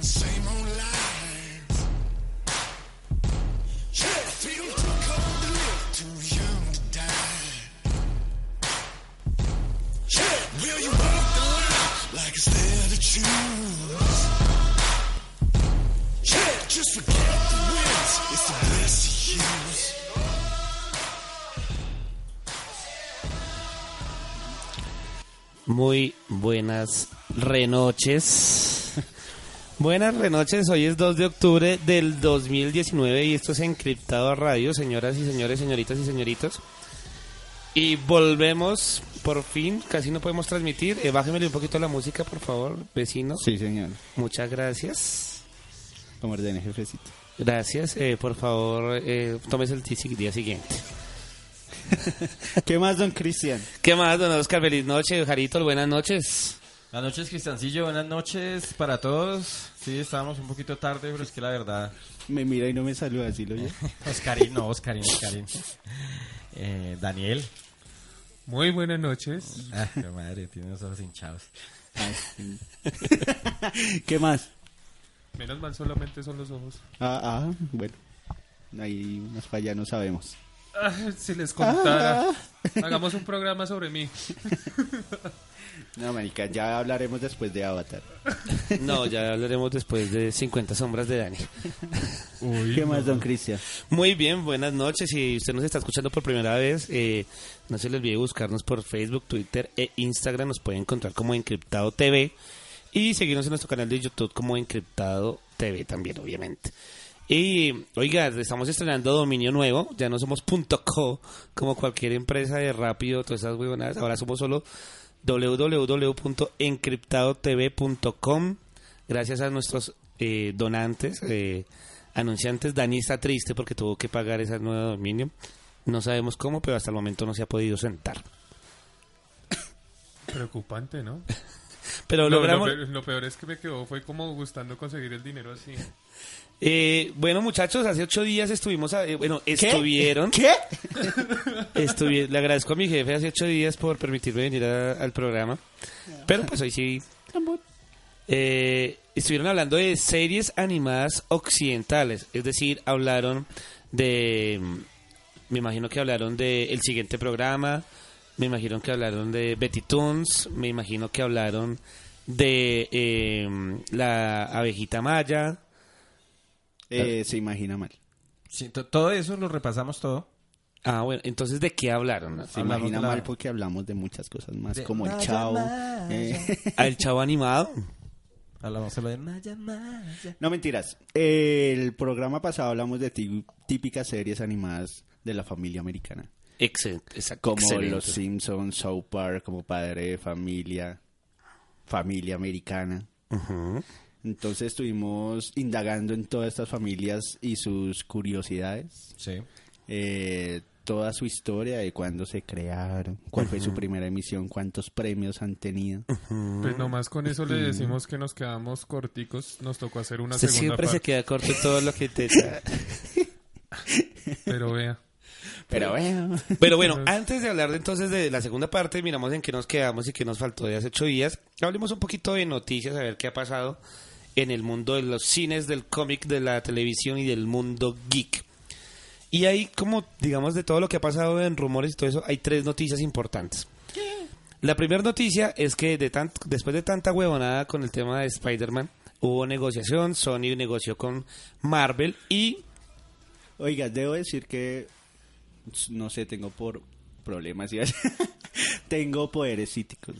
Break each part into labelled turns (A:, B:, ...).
A: Same old lies. Yeah, it feels too cold to live, too young to die. Yeah, will you walk the line like it's there to choose? Yeah, just forget the wins. It's the best you use.
B: Muy buenas renoches. Buenas renoches, hoy es 2 de octubre del 2019 y esto es Encriptado Radio, señoras y señores, señoritas y señoritos. Y volvemos, por fin, casi no podemos transmitir. Eh, bájemele un poquito la música, por favor, vecinos.
C: Sí, señor.
B: Muchas gracias.
C: Como ordene, jefecito.
B: Gracias, eh, por favor, eh, tómese el tisi- día siguiente.
C: ¿Qué más, don Cristian?
B: ¿Qué más, don Oscar? Feliz noche, Jarito, buenas noches.
D: Buenas noches, Cristiancillo. Buenas noches para todos. Sí, estábamos un poquito tarde, pero es que la verdad.
C: Me mira y no me saluda, ¿sí lo oye?
D: Oscarín, no, Oscarín, Oscarín. Eh, Daniel.
E: Muy buenas noches.
D: Ah, qué madre, tiene los ojos hinchados.
C: ¿Qué más?
E: Menos mal solamente son los ojos.
C: Ah, ah, bueno. Ahí nos falla, no sabemos.
E: Ah, si les contara.
B: Ah.
E: Hagamos un programa sobre mí.
C: No, marica, ya hablaremos después de Avatar.
B: No, ya hablaremos después de 50 sombras de Dani.
C: ¿Qué más, don Cristian?
D: Ah.
B: Muy bien, buenas noches. Si usted nos está escuchando por primera vez, eh, no se le olvide buscarnos por Facebook, Twitter e Instagram. Nos puede encontrar como Encriptado TV y seguirnos en nuestro canal de YouTube como Encriptado TV también, obviamente. Y oiga, estamos estrenando dominio nuevo. Ya no somos .co como cualquier empresa de rápido, todas esas huevonadas. Ahora somos solo www.encriptadotv.com. Gracias a nuestros eh, donantes. eh, Anunciantes, Dani está triste porque tuvo que pagar ese nuevo dominio. No sabemos cómo, pero hasta el momento no se ha podido sentar.
E: Preocupante, ¿no?
B: Pero
E: Lo-
B: logramos.
E: Lo, peor, lo peor es que me quedó, fue como gustando conseguir el dinero así.
B: Eh, bueno, muchachos, hace ocho días estuvimos. a- eh, bueno, estuvieron.
C: ¿Qué?
B: estuvi- le agradezco a mi jefe hace ocho días por permitirme venir a- al programa. Pero pues hoy sí. Eh, estuvieron hablando de series animadas occidentales. Es decir, hablaron de. mm, Me imagino que hablaron de el siguiente programa. Me imagino que hablaron de Betty Toons. Me imagino que hablaron de eh, la abejita maya.
C: Eh, se imagina mal.
D: Sí, to- todo eso lo repasamos todo.
B: Ah, bueno, entonces ¿de qué hablaron?
C: Se
D: Hablamos
C: imagina
D: de la-
C: mal porque hablamos de muchas cosas más,
D: De-
C: como el
D: Vaya,
C: chavo.
D: vaya.
C: eh.
B: ¿Al chavo animado?
D: Hablamos solo de Maya, Maya.
C: No mentiras. El programa pasado hablamos de tí- típicas series animadas de la familia americana.
B: Excelente. exacto,
C: Como
B: excelente.
C: Los Simpsons, South Park, como Padre de Familia, Familia Americana.
B: Ujú.
C: Entonces estuvimos indagando en todas estas familias y sus curiosidades,
D: Sí.
C: eh, toda su historia de cuándo se crearon, cuál fue su primera emisión, cuántos premios han tenido.
B: Mm.
E: Pues nomás con eso le decimos que nos quedamos corticos. Nos tocó hacer una
B: Usted
E: segunda
B: siempre se
E: parte.
B: queda corto en todo lo que intenta.
E: Pero vea.
C: Pero bueno,
B: Pero bueno, antes de hablar de, entonces de la segunda parte, miramos en qué nos quedamos y qué nos faltó de hace ocho días. Hablemos un poquito de noticias, a ver qué ha pasado en el mundo de los cines, del cómic, de la televisión y del mundo geek. Y ahí, como digamos, de todo lo que ha pasado en rumores y todo eso, hay tres noticias importantes. La primera noticia es que de tan- después de tanta huevonada con el tema de Spider-Man, hubo negociación, Sony negoció con Marvel y
C: oiga, debo decir que, no sé, tengo por problemas, iba a decir. tengo poderes psíquicos.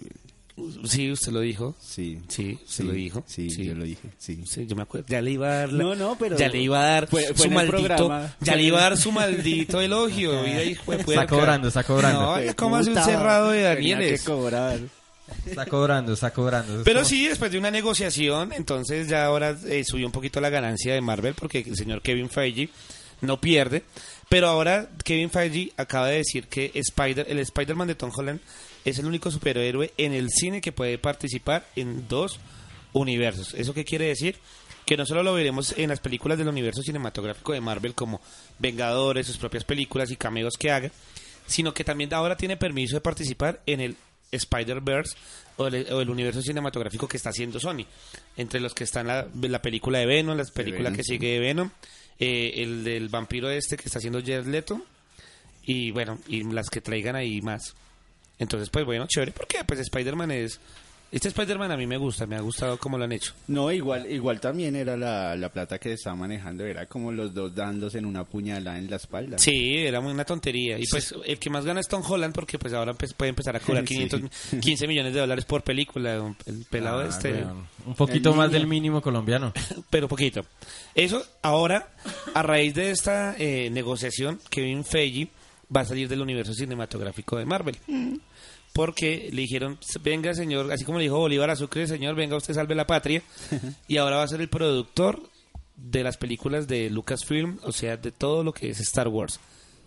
C: güey.
B: sí, usted lo dijo.
C: Sí,
B: Sí, se lo dijo.
C: Sí,
B: Sí.
C: yo lo dije, sí.
B: Sí, yo me acuerdo. Ya le iba a dar. la-
C: No, no, pero-
B: Ya le iba a dar
C: Fue- fue
B: su
C: en el
B: maldito.
C: programa.
B: Ya le iba a dar su maldito elogio. y ahí fue puerca.
D: cobrando, está cobrando.
B: No,
C: Fue
B: ¿cómo hace un
C: puta,
B: cerrado de
C: tenía
B: Danieles?
C: que cobrar.
D: Está cobrando, está cobrando.
B: Pero
D: Eso-
B: sí, después de una negociación, entonces ya ahora eh, subió un poquito la ganancia de Marvel porque el señor Kevin Feige no pierde. Pero ahora Kevin Feige acaba de decir que Spider, el Spider-Man de Tom Holland es el único superhéroe en el cine que puede participar en dos universos. ¿Eso qué quiere decir? Que no solo lo veremos en las películas del universo cinematográfico de Marvel como Vengadores, sus propias películas y cameos que haga, sino que también ahora tiene permiso de participar en el Spider-Verse o, el- o el universo cinematográfico que está haciendo Sony. Entre los que están la, la película de Venom, las películas
C: Venom,
B: que
C: sí.
B: sigue de Venom, eh, el del vampiro este que está haciendo Jared Leto y bueno, y las que traigan ahí más. Entonces, pues bueno, chévere, porque pues Spider-Man es... Este Spider-Man a mí me gusta, me ha gustado cómo lo han hecho.
C: No, igual, igual también era la, la plata que se estaba manejando, era como los dos dándose en una puñalada en la espalda.
B: Sí, era muy- una tontería. Y pues el que más gana es Tom Holland porque pues ahora pues, puede empezar a cobrar
C: Sí.
B: 500, 15 millones de dólares por película, un- el pelado
D: Ah,
B: este,
D: weón. Un poquito
C: El
D: más
C: niño.
D: del mínimo colombiano.
B: pero poquito. Eso ahora, a raíz de esta eh, negociación, Kevin Feige va a salir del universo cinematográfico de Marvel. Porque le dijeron, venga señor, así como le dijo Bolívar a Sucre, señor, venga usted salve la patria. Y ahora va a ser el productor de las películas de Lucasfilm, o sea, de todo lo que es Star Wars.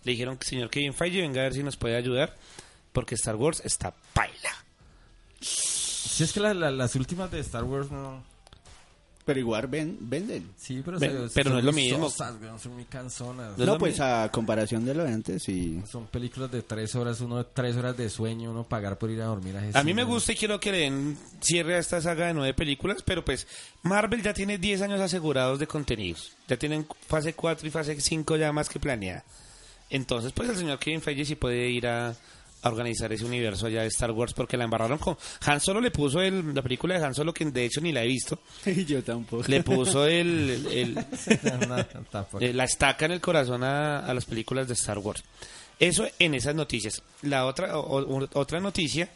B: Le dijeron, señor Kevin Feige, venga a ver si nos puede ayudar, porque Star Wars está paila.
D: Si es que la- la- las últimas de Star Wars no...
C: Pero igual ven, venden.
D: Sí, pero,
B: Ve-
D: se-
B: pero
D: son
B: no es lo
D: muy
B: mismo.
D: sosas, weón, son muy cansonas.
B: No es
C: No,
B: lo
C: pues a comparación de lo de antes, sí.
D: Son películas de tres horas, uno de tres horas de sueño, uno pagar por ir a dormir a
B: A mí me gusta y quiero que le den cierre a esta saga de nueve películas, pero pues Marvel ya tiene 10 años asegurados de contenidos. Ya tienen fase 4 y fase 5 ya más que planeada. Entonces, pues el señor Kevin Feige sí puede ir a, a organizar ese universo allá de Star Wars porque la embarraron con... Han Solo le puso el- la película de Han Solo, que de hecho ni la he visto,
C: Y yo tampoco.
B: le puso el- el,
D: No, tampoco.
B: eh, la estaca en el corazón a, a las películas de Star Wars. Eso en esas noticias. La otra, o- o- otra noticia,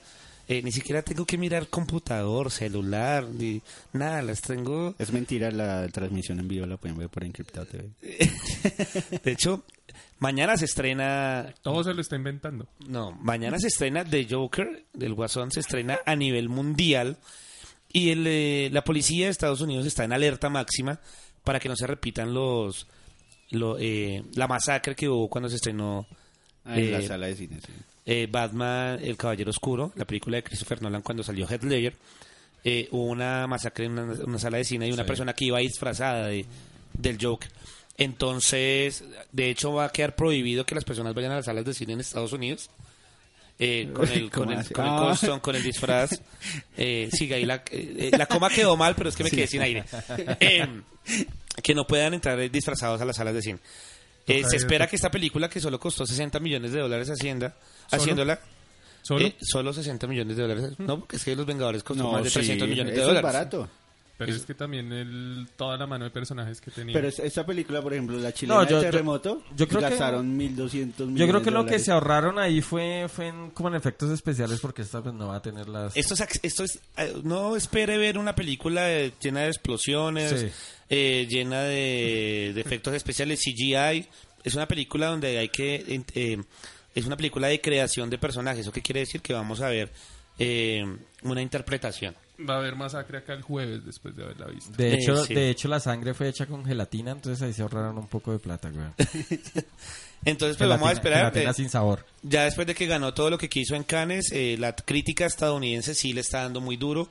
B: eh, ni siquiera tengo que mirar computador, celular, ni nada, las tengo.
C: Es mentira, la transmisión en vivo la pueden ver por Encriptado TV.
B: De hecho, mañana se estrena.
E: Todo se lo está inventando.
B: No, mañana se estrena The Joker, del Guasón, se estrena a nivel mundial. Y el, eh, la policía de Estados Unidos está en alerta máxima para que no se repitan los. lo- eh, la masacre que hubo cuando se estrenó
C: Ah, en la
B: eh,
C: sala de cine, sí.
B: eh, Batman, El Caballero Oscuro, la película de Christopher Nolan cuando salió Heath Ledger, eh, hubo una masacre en una, una sala de cine y una persona que iba disfrazada de, del Joker. Entonces, de hecho, va a quedar prohibido que las personas vayan a las salas de cine en Estados Unidos. eh, con, el,
C: ¿Cómo
B: con, el,
C: así?
B: con el
C: Ah.
B: costume, con el disfraz. Eh, sigue ahí la, eh, eh, la coma quedó mal, pero es que me quedé sin aire. Em, que no puedan entrar eh, disfrazados a las salas de cine. Eh,
E: Toca
B: se
E: ir,
B: espera
E: toca.
B: que esta película, que solo costó 60 millones de dólares Hacienda, haciéndola,
E: Solo,
B: eh, solo 60 millones de dólares. No, porque es que Los Vengadores costó
C: No,
B: más de
C: sí,
B: 300 millones de
C: eso
B: dólares.
C: es barato.
E: pero es que también el, toda la mano de personajes que tenía.
C: Pero es- esta película, por ejemplo, la chilena
D: No, yo-
C: de
D: yo-
C: Terremoto,
D: yo creo que-
C: gastaron 1.200 millones
D: Yo creo que
C: de
D: lo que
C: dólares.
D: se ahorraron ahí fue, fue en, como en efectos especiales porque esta pues no va a tener las...
B: Esto es, ac- esto es, eh, no espere ver una película eh, llena de explosiones,
D: Sí.
B: eh, llena de, de efectos especiales, CGI. Es una película donde hay que... en- eh, es una película de creación de personajes. ¿Eso qué quiere decir? Que vamos a ver eh, una interpretación.
E: Va a haber masacre acá el jueves después de haberla visto.
D: De
B: Eh,
D: hecho,
B: sí.
D: de hecho la sangre fue hecha con gelatina, entonces ahí se ahorraron un poco de plata, güey. Pero
B: Entonces, pues vamos a esperar.
D: Gelatina
B: eh,
D: sin sabor.
B: Ya después de que ganó todo lo que quiso en Cannes, eh, la crítica estadounidense sí le está dando muy duro.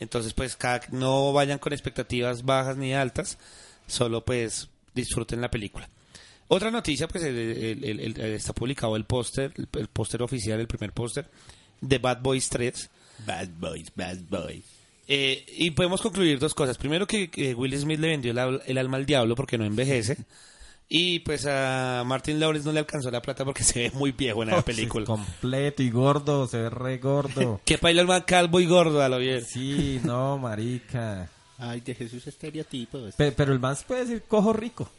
B: Entonces, pues cada- no vayan con expectativas bajas ni altas, solo pues disfruten la película. Otra noticia, pues el- el- el- el- está publicado el póster, el, el póster oficial, el primer póster de Bad Boys 3.
C: Bad boys, bad boys.
B: Eh, y podemos concluir dos cosas. Primero que, que Will Smith le vendió el, el alma al diablo porque no envejece. Y pues a Martin Lawrence no le alcanzó la plata porque se ve muy viejo en la película.
D: Completo y gordo, se ve re gordo.
B: Que baila el man calvo y gordo a lo bien.
D: Sí, no, marica.
C: Ay, de Jesús este estereotipos.
D: Pe- pero el man se puede decir cojo rico.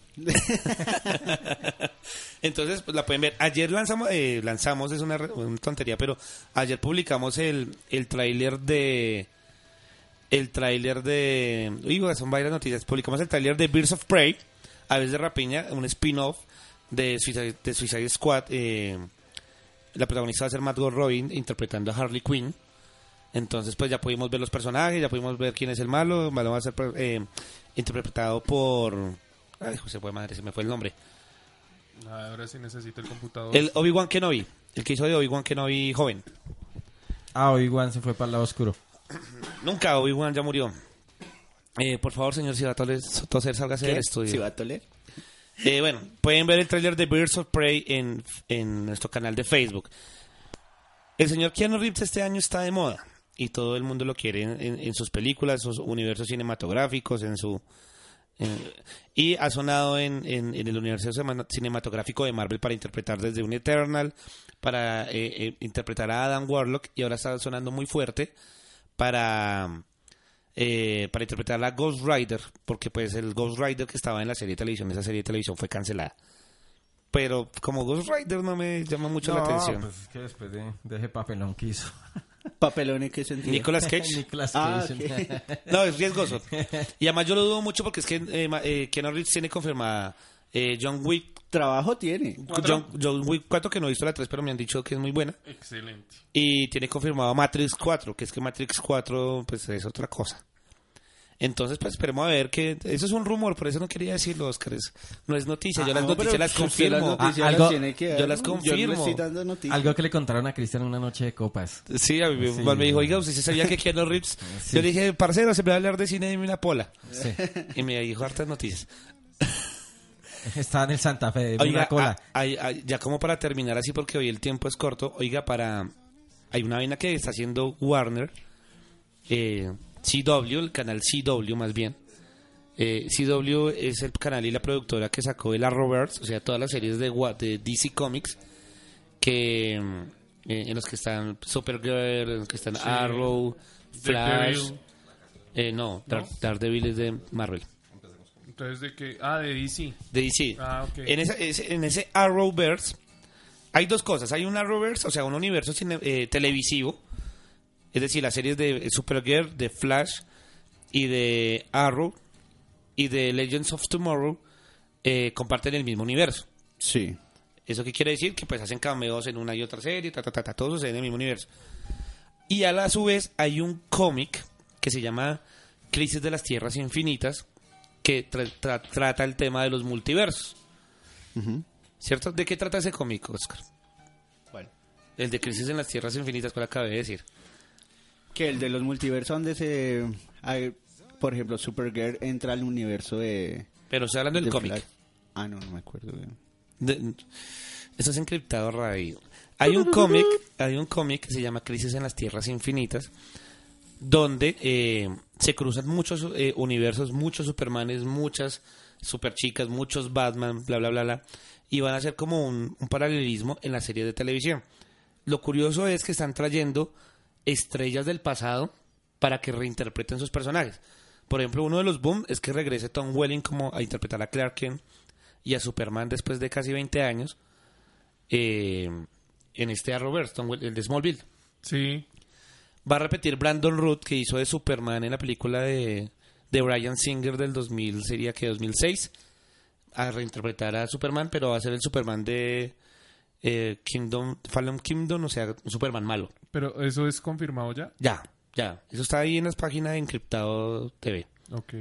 B: Entonces, pues, la pueden ver. Ayer lanzamos, eh, lanzamos es una, re- una tontería, pero ayer publicamos el, el tráiler de... El tráiler de... Uy, güey, son varias noticias. Publicamos el tráiler de Birds of Prey, Aves de Rapiña, un spin-off de Suicide, de Suicide Squad. eh, la protagonista va a ser Margot Robin interpretando a Harley Quinn. Entonces, pues ya pudimos ver los personajes, ya pudimos ver quién es el malo. El malo va a ser eh, interpretado por... Ay, José, fue madre, se me fue el nombre.
E: Ah, Ahora sí necesito el computador.
B: El Obi-Wan Kenobi, el que hizo de Obi-Wan Kenobi joven.
D: Ah, Obi-Wan se fue para el lado oscuro.
B: Nunca Obi-Wan ya murió. Eh, por favor, señor Cibatales, Toser, sálgase del estudio.
C: ¿Se va a toler?
B: Eh, bueno, pueden ver el tráiler de Birds of Prey en, en nuestro canal de Facebook. El señor Keanu Reeves este año está de moda y todo el mundo lo quiere en, en- en sus películas, sus universos cinematográficos, en su... en- y ha sonado en, en- en el universo semana- cinematográfico de Marvel para interpretar desde un Eternal, para eh, eh, interpretar a Adam Warlock y ahora está sonando muy fuerte para eh, para interpretar a Ghost Rider, porque pues el Ghost Rider que estaba en la serie de televisión, esa serie de televisión fue cancelada. Pero como Ghost Rider no me llama mucho la
D: No,
B: atención.
D: Pues es que después de, de ese papelón que hizo.
C: Papelón en qué sentido.
B: Nicolas Cage.
D: Nicolas
C: Ah,
D: Cage.
B: No, es riesgoso. Y además yo lo dudo mucho porque es que eh, ma- eh, Keanu Reeves tiene confirmada eh, John Wick.
C: Trabajo tiene.
B: John, John Wick 4, que no he visto la 3, pero me han dicho que es muy buena.
E: Excelente.
B: Y tiene confirmado Matrix 4, que es que Matrix 4 pues es otra cosa. Entonces, pues esperemos a ver que... Eso es un rumor, por eso no quería decirlo, Oscar. es- no es noticia, yo
C: Ah,
B: las
C: no,
B: noticias
C: pero
B: las
C: si usted
B: confirmo.
C: Las noticias
D: Ah, algo-
C: las tiene que dar.
B: yo las
C: Yo no
B: confirmo.
C: le estoy dando noticias.
D: Algo que le contaron a Cristian una noche de copas.
B: Ah, sí, a mí mi
D: Sí.
B: mamá me dijo, oiga, ¿usted sí sabía que Keanu Reeves?
D: Sí.
B: Yo le dije, parcero, se me va a hablar de cine de una pola.
D: Sí.
B: Y me dijo hartas noticias.
D: Estaba en el Santa Fe de
B: Oiga, ah,
D: Miracola.
B: a- ay- ay, ya como para terminar así, porque hoy el tiempo es corto, oiga, para... Hay una vaina que está haciendo Warner, eh, CW, el canal CW más bien. Eh, CW es el canal y la productora que sacó de la Roberts, o sea, todas las series de, Wa- de DC Comics, que mm, eh, en los que están Supergirl, en los que están Arrow, Flash,
E: Daredevil.
B: eh, no, Dar- Daredevil es de Marvel.
E: Entonces, ¿de qué? Ah, de DC.
B: De DC.
E: Ah, ok.
B: en, esa- ese, en ese Arrowverse hay dos cosas. Hay un Arrowverse, o sea, un universo cine- eh, televisivo. Es decir, las series de eh, Supergirl, de Flash y de Arrow y de Legends of Tomorrow eh, comparten el mismo universo.
C: Sí.
B: ¿Eso qué quiere decir? Que pues hacen cameos en una y otra serie, ta, ta, ta, ta, todo sucede en el mismo universo. Y a la su vez hay un cómic que se llama Crisis de las Tierras Infinitas, que tra- tra- trata el tema de los multiversos. ¿Cierto? ¿De qué trata ese cómic, Oscar?
C: Bueno.
B: El de Crisis en las Tierras Infinitas, cuál acabé de decir.
C: Que el de los multiversos donde se... hay- por ejemplo, Supergirl entra al universo de...
B: Pero estoy hablando del
C: de
B: cómic.
C: Flash. Ah, no, no me acuerdo. güey.
B: De- Esto es encriptado radio. Hay un cómic, hay un cómic que se llama Crisis en las Tierras Infinitas, donde eh, se cruzan muchos eh, universos, muchos Supermanes, muchas Superchicas, muchos Batman, bla, bla, bla, bla, y van a hacer como un, un paralelismo en la serie de televisión. Lo curioso es que están trayendo estrellas del pasado para que reinterpreten sus personajes. Por ejemplo, uno de los boom es que regrese Tom Welling como a interpretar a Clark Kent y a Superman después de casi 20 años eh, en este Arrowverse, Tom Wel- el de Smallville.
E: Sí.
B: Va a repetir Brandon Root que hizo de Superman en la película de, de Brian Singer del 2000, sería que 2006, a reinterpretar a Superman, pero va a ser el Superman de eh, Kingdom, Fallen Kingdom, o sea, un Superman malo.
E: Pero eso es confirmado ya.
B: Ya, ya. Eso está ahí en las páginas de Encriptado TV.
E: Ok.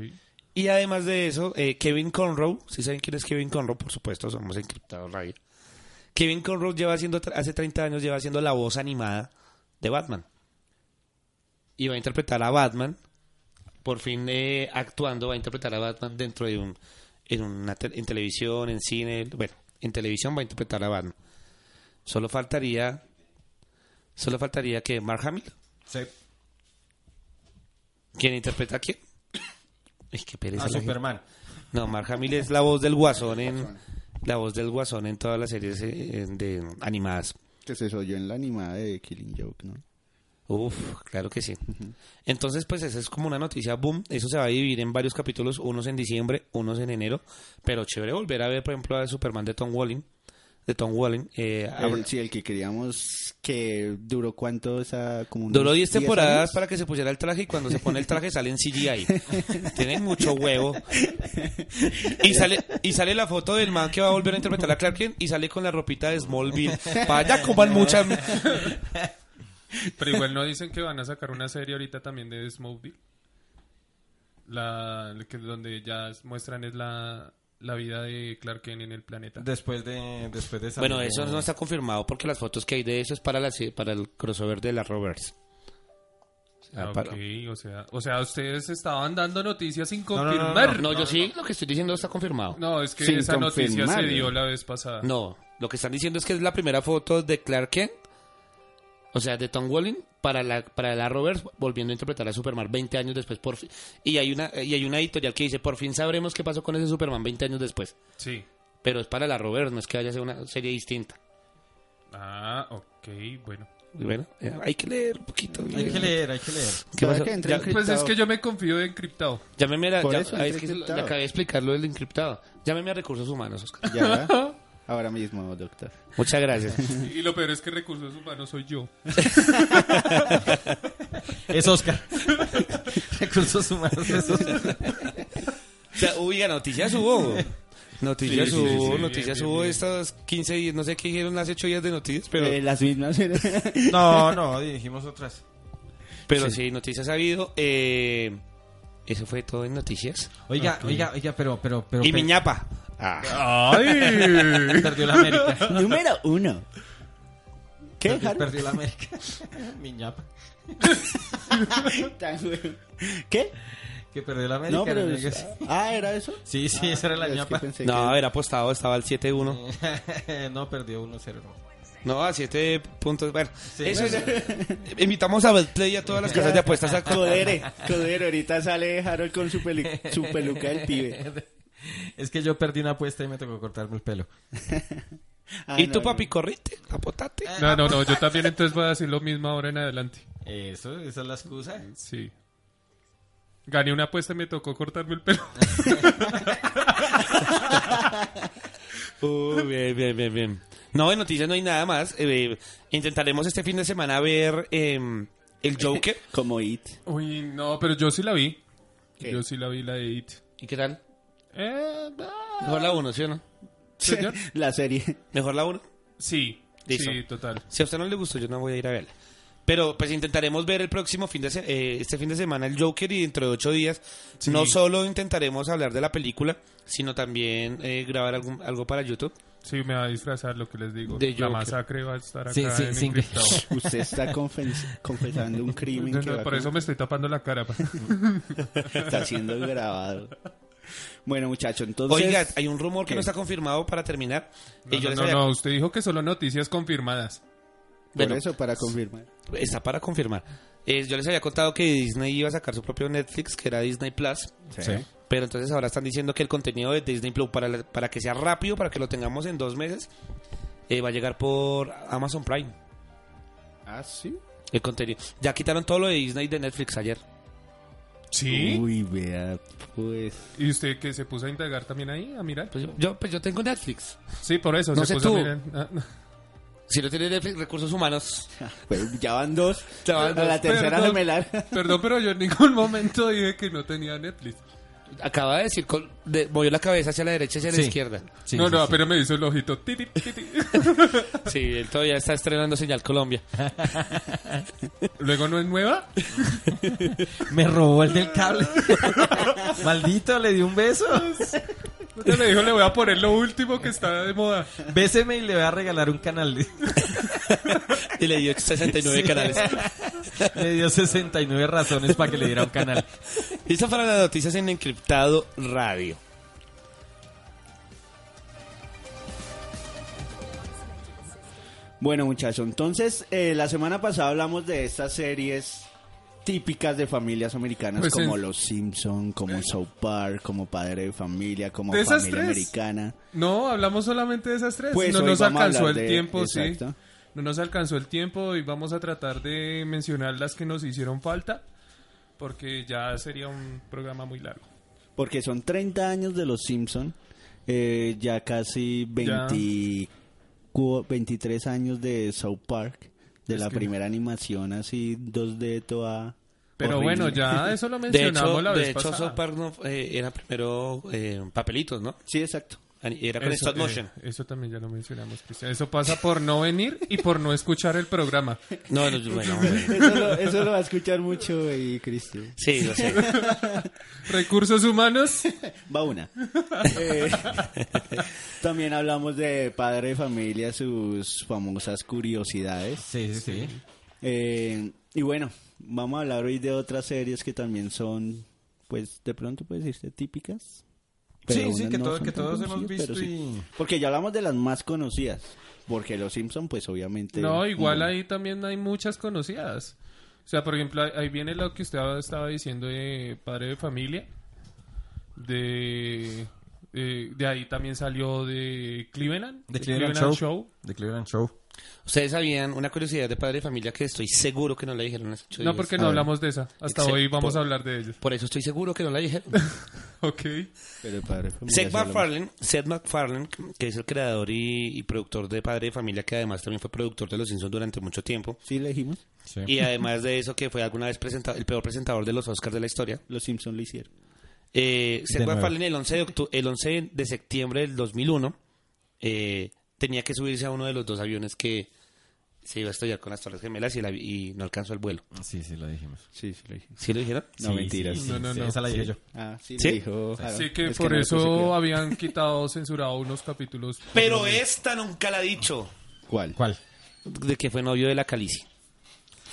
B: Y además de eso, eh, Kevin Conroe, si saben quién es Kevin Conroe, por supuesto, somos encriptados radio. Kevin Conroe lleva haciendo, tra- hace 30 años lleva haciendo la voz animada de Batman. Y va a interpretar a Batman, por fin eh, actuando, va a interpretar a Batman dentro de un, en, una te- en televisión, en cine, bueno, en televisión va a interpretar a Batman. Solo faltaría, solo faltaría que Mark Hamill,
D: Sí.
B: ¿quién interpreta a quién? Es que pereza.
D: A
B: la gente.
D: Superman.
B: No, Mark Hamill es la voz del guasón en la voz del guasón en todas las series eh, de animadas.
C: Que se oyó en la animada de Killing Joke, ¿no?
B: Uf, claro que sí. Entonces, pues esa es como una noticia boom. Eso se va a dividir en varios capítulos, unos en diciembre, unos en enero. Pero chévere volver a ver, por ejemplo, a Superman de Tom Walling, de Tom Walling. eh, a-
C: El, sí, el que queríamos que duró cuánto esa como unos
B: Duró 10
C: 10
B: temporadas
C: años.
B: para que se pusiera el traje y cuando se pone el traje sale en CGI. Tienen mucho huevo. Y sale, y sale la foto del man que va a volver a interpretar a Clark Kent y sale con la ropita de Smallville. Vaya, coman mucha.
E: Pero igual no dicen que van a sacar una serie ahorita también de Smallville. La, que donde ya muestran es la, la vida de Clark Kent en el planeta.
D: Después de, después de salir
B: Bueno, eso
D: de-
B: no está confirmado porque las fotos que hay de eso es para, la, para el crossover de la Roberts.
E: Ah,
B: Ah, para-
E: ok, o sea, o sea, ustedes estaban dando noticias sin
D: no, no,
E: confirmar.
B: No, yo sí, lo que estoy diciendo está confirmado.
E: No, es que
C: Sin
E: esa noticia se
C: confirmar.
E: dio la vez pasada.
B: No, lo que están diciendo es que es la primera foto de Clark Kent. O O sea, de Tom Welling para la, para la Roberts, volviendo a interpretar a Superman 20 años después. Por fin. Y, hay una, y hay una editorial que dice, por fin sabremos qué pasó con ese Superman 20 años después.
E: Sí.
B: Pero es para la Roberts, no es que vaya a ser una serie distinta.
E: Ah, ok, bueno.
B: Y bueno, eh, hay que leer un poquito.
D: Hay que leer, hay que leer.
B: ¿Qué
C: Sabe
B: pasó?
C: que entre
B: Ya-
C: encriptado.
E: Pues es que yo me confío de encriptado.
B: Llámeme a...
C: Por
B: ya-
C: eso
B: ah,
C: entré
B: es que le
C: encriptado.
B: acabé de explicar lo del encriptado. Llámeme a Recursos Humanos, Oscar.
C: Ya. Ahora mismo, doctor.
B: Muchas gracias.
E: Y lo peor es que recursos humanos soy yo.
D: Es Oscar. Recursos humanos es Oscar.
B: o sea, uy, ya noticias hubo. Noticias
E: Sí, sí,
B: hubo,
E: sí, sí, bien,
B: noticias
E: bien,
B: hubo
E: bien.
B: estas 15 días, no sé qué dijeron las 8 días de noticias, pero...
C: Eh, las mismas.
B: ah,
D: No, no, dijimos otras.
B: Pero sí, noticias ha habido. eh, eso fue todo en noticias.
C: Ah,
D: Oiga, oiga, oiga, pero, pero, pero.
B: y mi ñapa.
E: ¡Ay!
D: Perdió la América.
C: Número uno. ¿Qué,
D: Perdió,
C: Harold?
D: perdió la América. Mi ñapa.
C: Tan güey. ¿Qué?
D: Que perdió la América.
C: No, pero.
D: no digas.
C: Ah, ¿era eso?
D: Sí, sí, esa era la
C: Es que
D: ñapa.
C: pensé
B: no,
C: que-
B: haber apostado, estaba al 7-1.
D: no, perdió 1-0. no.
B: No, a 7 puntos. Bueno,
D: Sí.
B: eso es. Invitamos a Betplay y a todas las casas de apuestas a
C: Codere, Codere, ahorita sale Harold con su, peli- su peluca del pibe.
D: Es que yo perdí una apuesta y me tocó cortarme el pelo.
C: Ah,
B: ¿Y
C: no,
B: tú,
C: no.
B: papi, corriste? ¿Apotaste?
E: No, no, no, yo también entonces voy a decir lo mismo ahora en adelante.
D: Eso, esa es la excusa.
E: Sí. Gané una apuesta y me tocó cortarme el pelo.
B: Uh, bien, bien, bien, bien. No, en noticias no hay nada más. eh, intentaremos este fin de semana ver eh, el Joker.
C: Como It.
E: Uy, no, pero yo sí la vi.
C: ¿Qué?
E: Yo sí la vi, la de It.
B: ¿Y qué tal?
E: Eh, ah,
B: Mejor la 1, ¿sí o no?
E: señor.
C: La serie.
B: Mejor la 1.
E: Sí,
B: Listo.
E: sí, total.
B: Si a usted no le gustó, yo no voy a ir a verla. Pero pues intentaremos ver el próximo fin de se- eh, este fin de semana el Joker y dentro de ocho días
E: Sí.
B: no solo intentaremos hablar de la película, sino también eh, grabar algún- algo para YouTube.
E: Sí, me va a disfrazar lo que les digo.
B: De
E: la
B: Joker.
E: masacre va a estar acá
D: Sí, sí,
E: en
D: sí.
E: encriptado.
C: Usted está confes- confesando un crimen
E: No,
C: que
E: no,
C: va
E: por
C: a-
E: eso me estoy tapando la cara.
C: está siendo grabado. Bueno, muchachos, entonces.
B: Oiga, hay un rumor que
C: ¿Qué?
B: no está confirmado para terminar.
E: No,
B: Y yo
E: no,
B: les
E: no,
B: había-
E: no, usted dijo que solo noticias confirmadas.
C: por
B: bueno,
C: eso, para confirmar.
B: está para confirmar. Eh, yo les había contado que Disney iba a sacar su propio Netflix, que era Disney Plus.
D: Sí.
B: Pero entonces ahora están diciendo que el contenido de Disney Plus, para, la- para que sea rápido, para que lo tengamos en dos meses, eh, va a llegar por Amazon Prime.
C: Ah, sí.
B: El contenido. Ya quitaron todo lo de Disney y de Netflix ayer.
E: ¿Sí?
C: Uy, vea, pues.
E: ¿Y usted que se puso a indagar también ahí, a mirar?
B: Pues yo, yo- pues yo tengo Netflix.
E: Sí, por eso,
B: No
E: se
B: sé
E: puso
B: tú.
E: a mirar. Ah, no.
B: Si no tiene Netflix, recursos humanos.
C: Pues ya van dos.
B: Ya van
C: A
B: dos,
C: la tercera
E: perdón.
C: gemelar.
E: Perdón, pero yo en ningún momento dije que no tenía Netflix.
B: Acaba de decir, con- de- movió la cabeza hacia la derecha y hacia la
D: Sí.
B: izquierda.
D: Sí,
E: no,
D: sí,
E: no,
D: sí.
E: pero me hizo el ojito. Ti, ti, ti, ti.
B: Sí, él todavía está estrenando Señal Colombia.
E: Luego no es nueva.
D: Me robó el del cable. Maldito, le di un beso.
E: Usted le dijo, le voy a poner lo último que está de moda.
D: Béseme y le voy a regalar un canal.
B: Y le dio 69 canales.
D: Le dio 69 razones para que le diera un canal.
B: Listo para las noticias en Encriptado Radio.
C: Bueno, muchachos, entonces eh, la semana pasada hablamos de estas series típicas de familias americanas
E: Pues
C: como
E: en-
C: Los Simpson, como South Park, como Padre de Familia, como
E: ¿De esas
C: Familia
E: tres?
C: Americana.
E: No, hablamos solamente de esas tres.
C: Pues
E: no
C: hoy
E: nos
C: vamos a
E: alcanzó el
C: hablar de-
E: tiempo, sí.
C: exacto.
E: No nos alcanzó el tiempo y vamos a tratar de mencionar las que nos hicieron falta. Porque ya sería un programa muy largo.
C: Porque son 30 años de Los Simpson, eh, ya casi 20 cu- 23 años de South Park, de
E: Es
C: la
E: que-
C: primera animación así 2D toda...
E: Pero
C: horrible.
E: bueno, ya Ah, eso lo
B: De
E: mencionamos
B: hecho,
E: la
B: de
E: vez
B: hecho
E: pasada.
B: South Park no, eh, era primero eh, papelitos, ¿no?
C: Sí, exacto.
B: Era con stop
E: eh,
B: motion.
E: eso también ya lo mencionamos, Cristian. Eso pasa por no venir y por no escuchar el programa.
B: No, no, bueno, hombre.
C: Eso lo, eso lo va a escuchar mucho y Cristian.
B: Sí, lo sé.
E: Recursos humanos.
C: Va una. Eh, también hablamos de Padre de Familia, sus famosas curiosidades.
D: Sí, sí, sí.
C: Eh, y bueno, vamos a hablar hoy de otras series que también son, pues de pronto puedes decirse típicas.
D: sí, sí,
C: unas
D: que,
C: no
D: todos,
C: son
D: que
C: tan
D: todos hemos
C: conocidas,
D: visto
C: pero sí.
D: y...
C: Porque ya hablamos de las más conocidas. Porque los Simpson, pues obviamente.
E: No, igual
C: como-
E: ahí también hay muchas conocidas. O sea, por ejemplo, ahí- ahí viene lo que usted estaba diciendo de padre de familia. De, eh, de ahí también salió de eh, Cleveland.
D: The
E: de
D: Cleveland Show. The Cleveland Show.
B: Ustedes sabían una curiosidad de padre y familia que estoy seguro que no la dijeron hace ocho
E: No,
B: días.
E: porque no
C: Ah,
E: hablamos de esa. Hasta
B: Except
E: hoy vamos
B: por-
E: a hablar de ella.
B: Por eso estoy seguro que no la dijeron.
E: Ok.
C: Pero padre, familia,
B: Seth
C: sí hablamos.
B: MacFarlane, Seth MacFarlane, que es el creador y, y productor de Padre y Familia, que además también fue productor de Los Simpsons durante mucho tiempo.
C: Sí, le dijimos.
D: Sí.
B: Y además de eso, que fue alguna vez presenta- el peor presentador de los Oscars de la historia.
C: Los Simpson lo hicieron.
B: Eh, Seth
D: De nuevo.
B: MacFarlane el 11 de, octu- el 11 de septiembre del 2001 eh, tenía que subirse a uno de los dos aviones que se iba a estrellar con las Torres Gemelas y, el avi- y no alcanzó el vuelo.
D: sí, sí, lo dijimos.
C: Sí, sí, lo dijimos.
B: ¿Sí lo dijeron?
C: No,
D: Sí,
C: mentiras.
D: sí,
E: No, no,
D: sí,
E: no.
D: Esa la dije yo.
C: Ah, sí,
B: ¿Sí?
C: le dijo. claro.
E: Así que
C: Es
E: por
C: no le puse
E: eso
C: cuidado.
E: habían quitado, censurado unos capítulos.
B: Pero esta nunca la ha dicho.
C: ¿Cuál?
D: ¿Cuál?
B: De que fue novio de la Calici.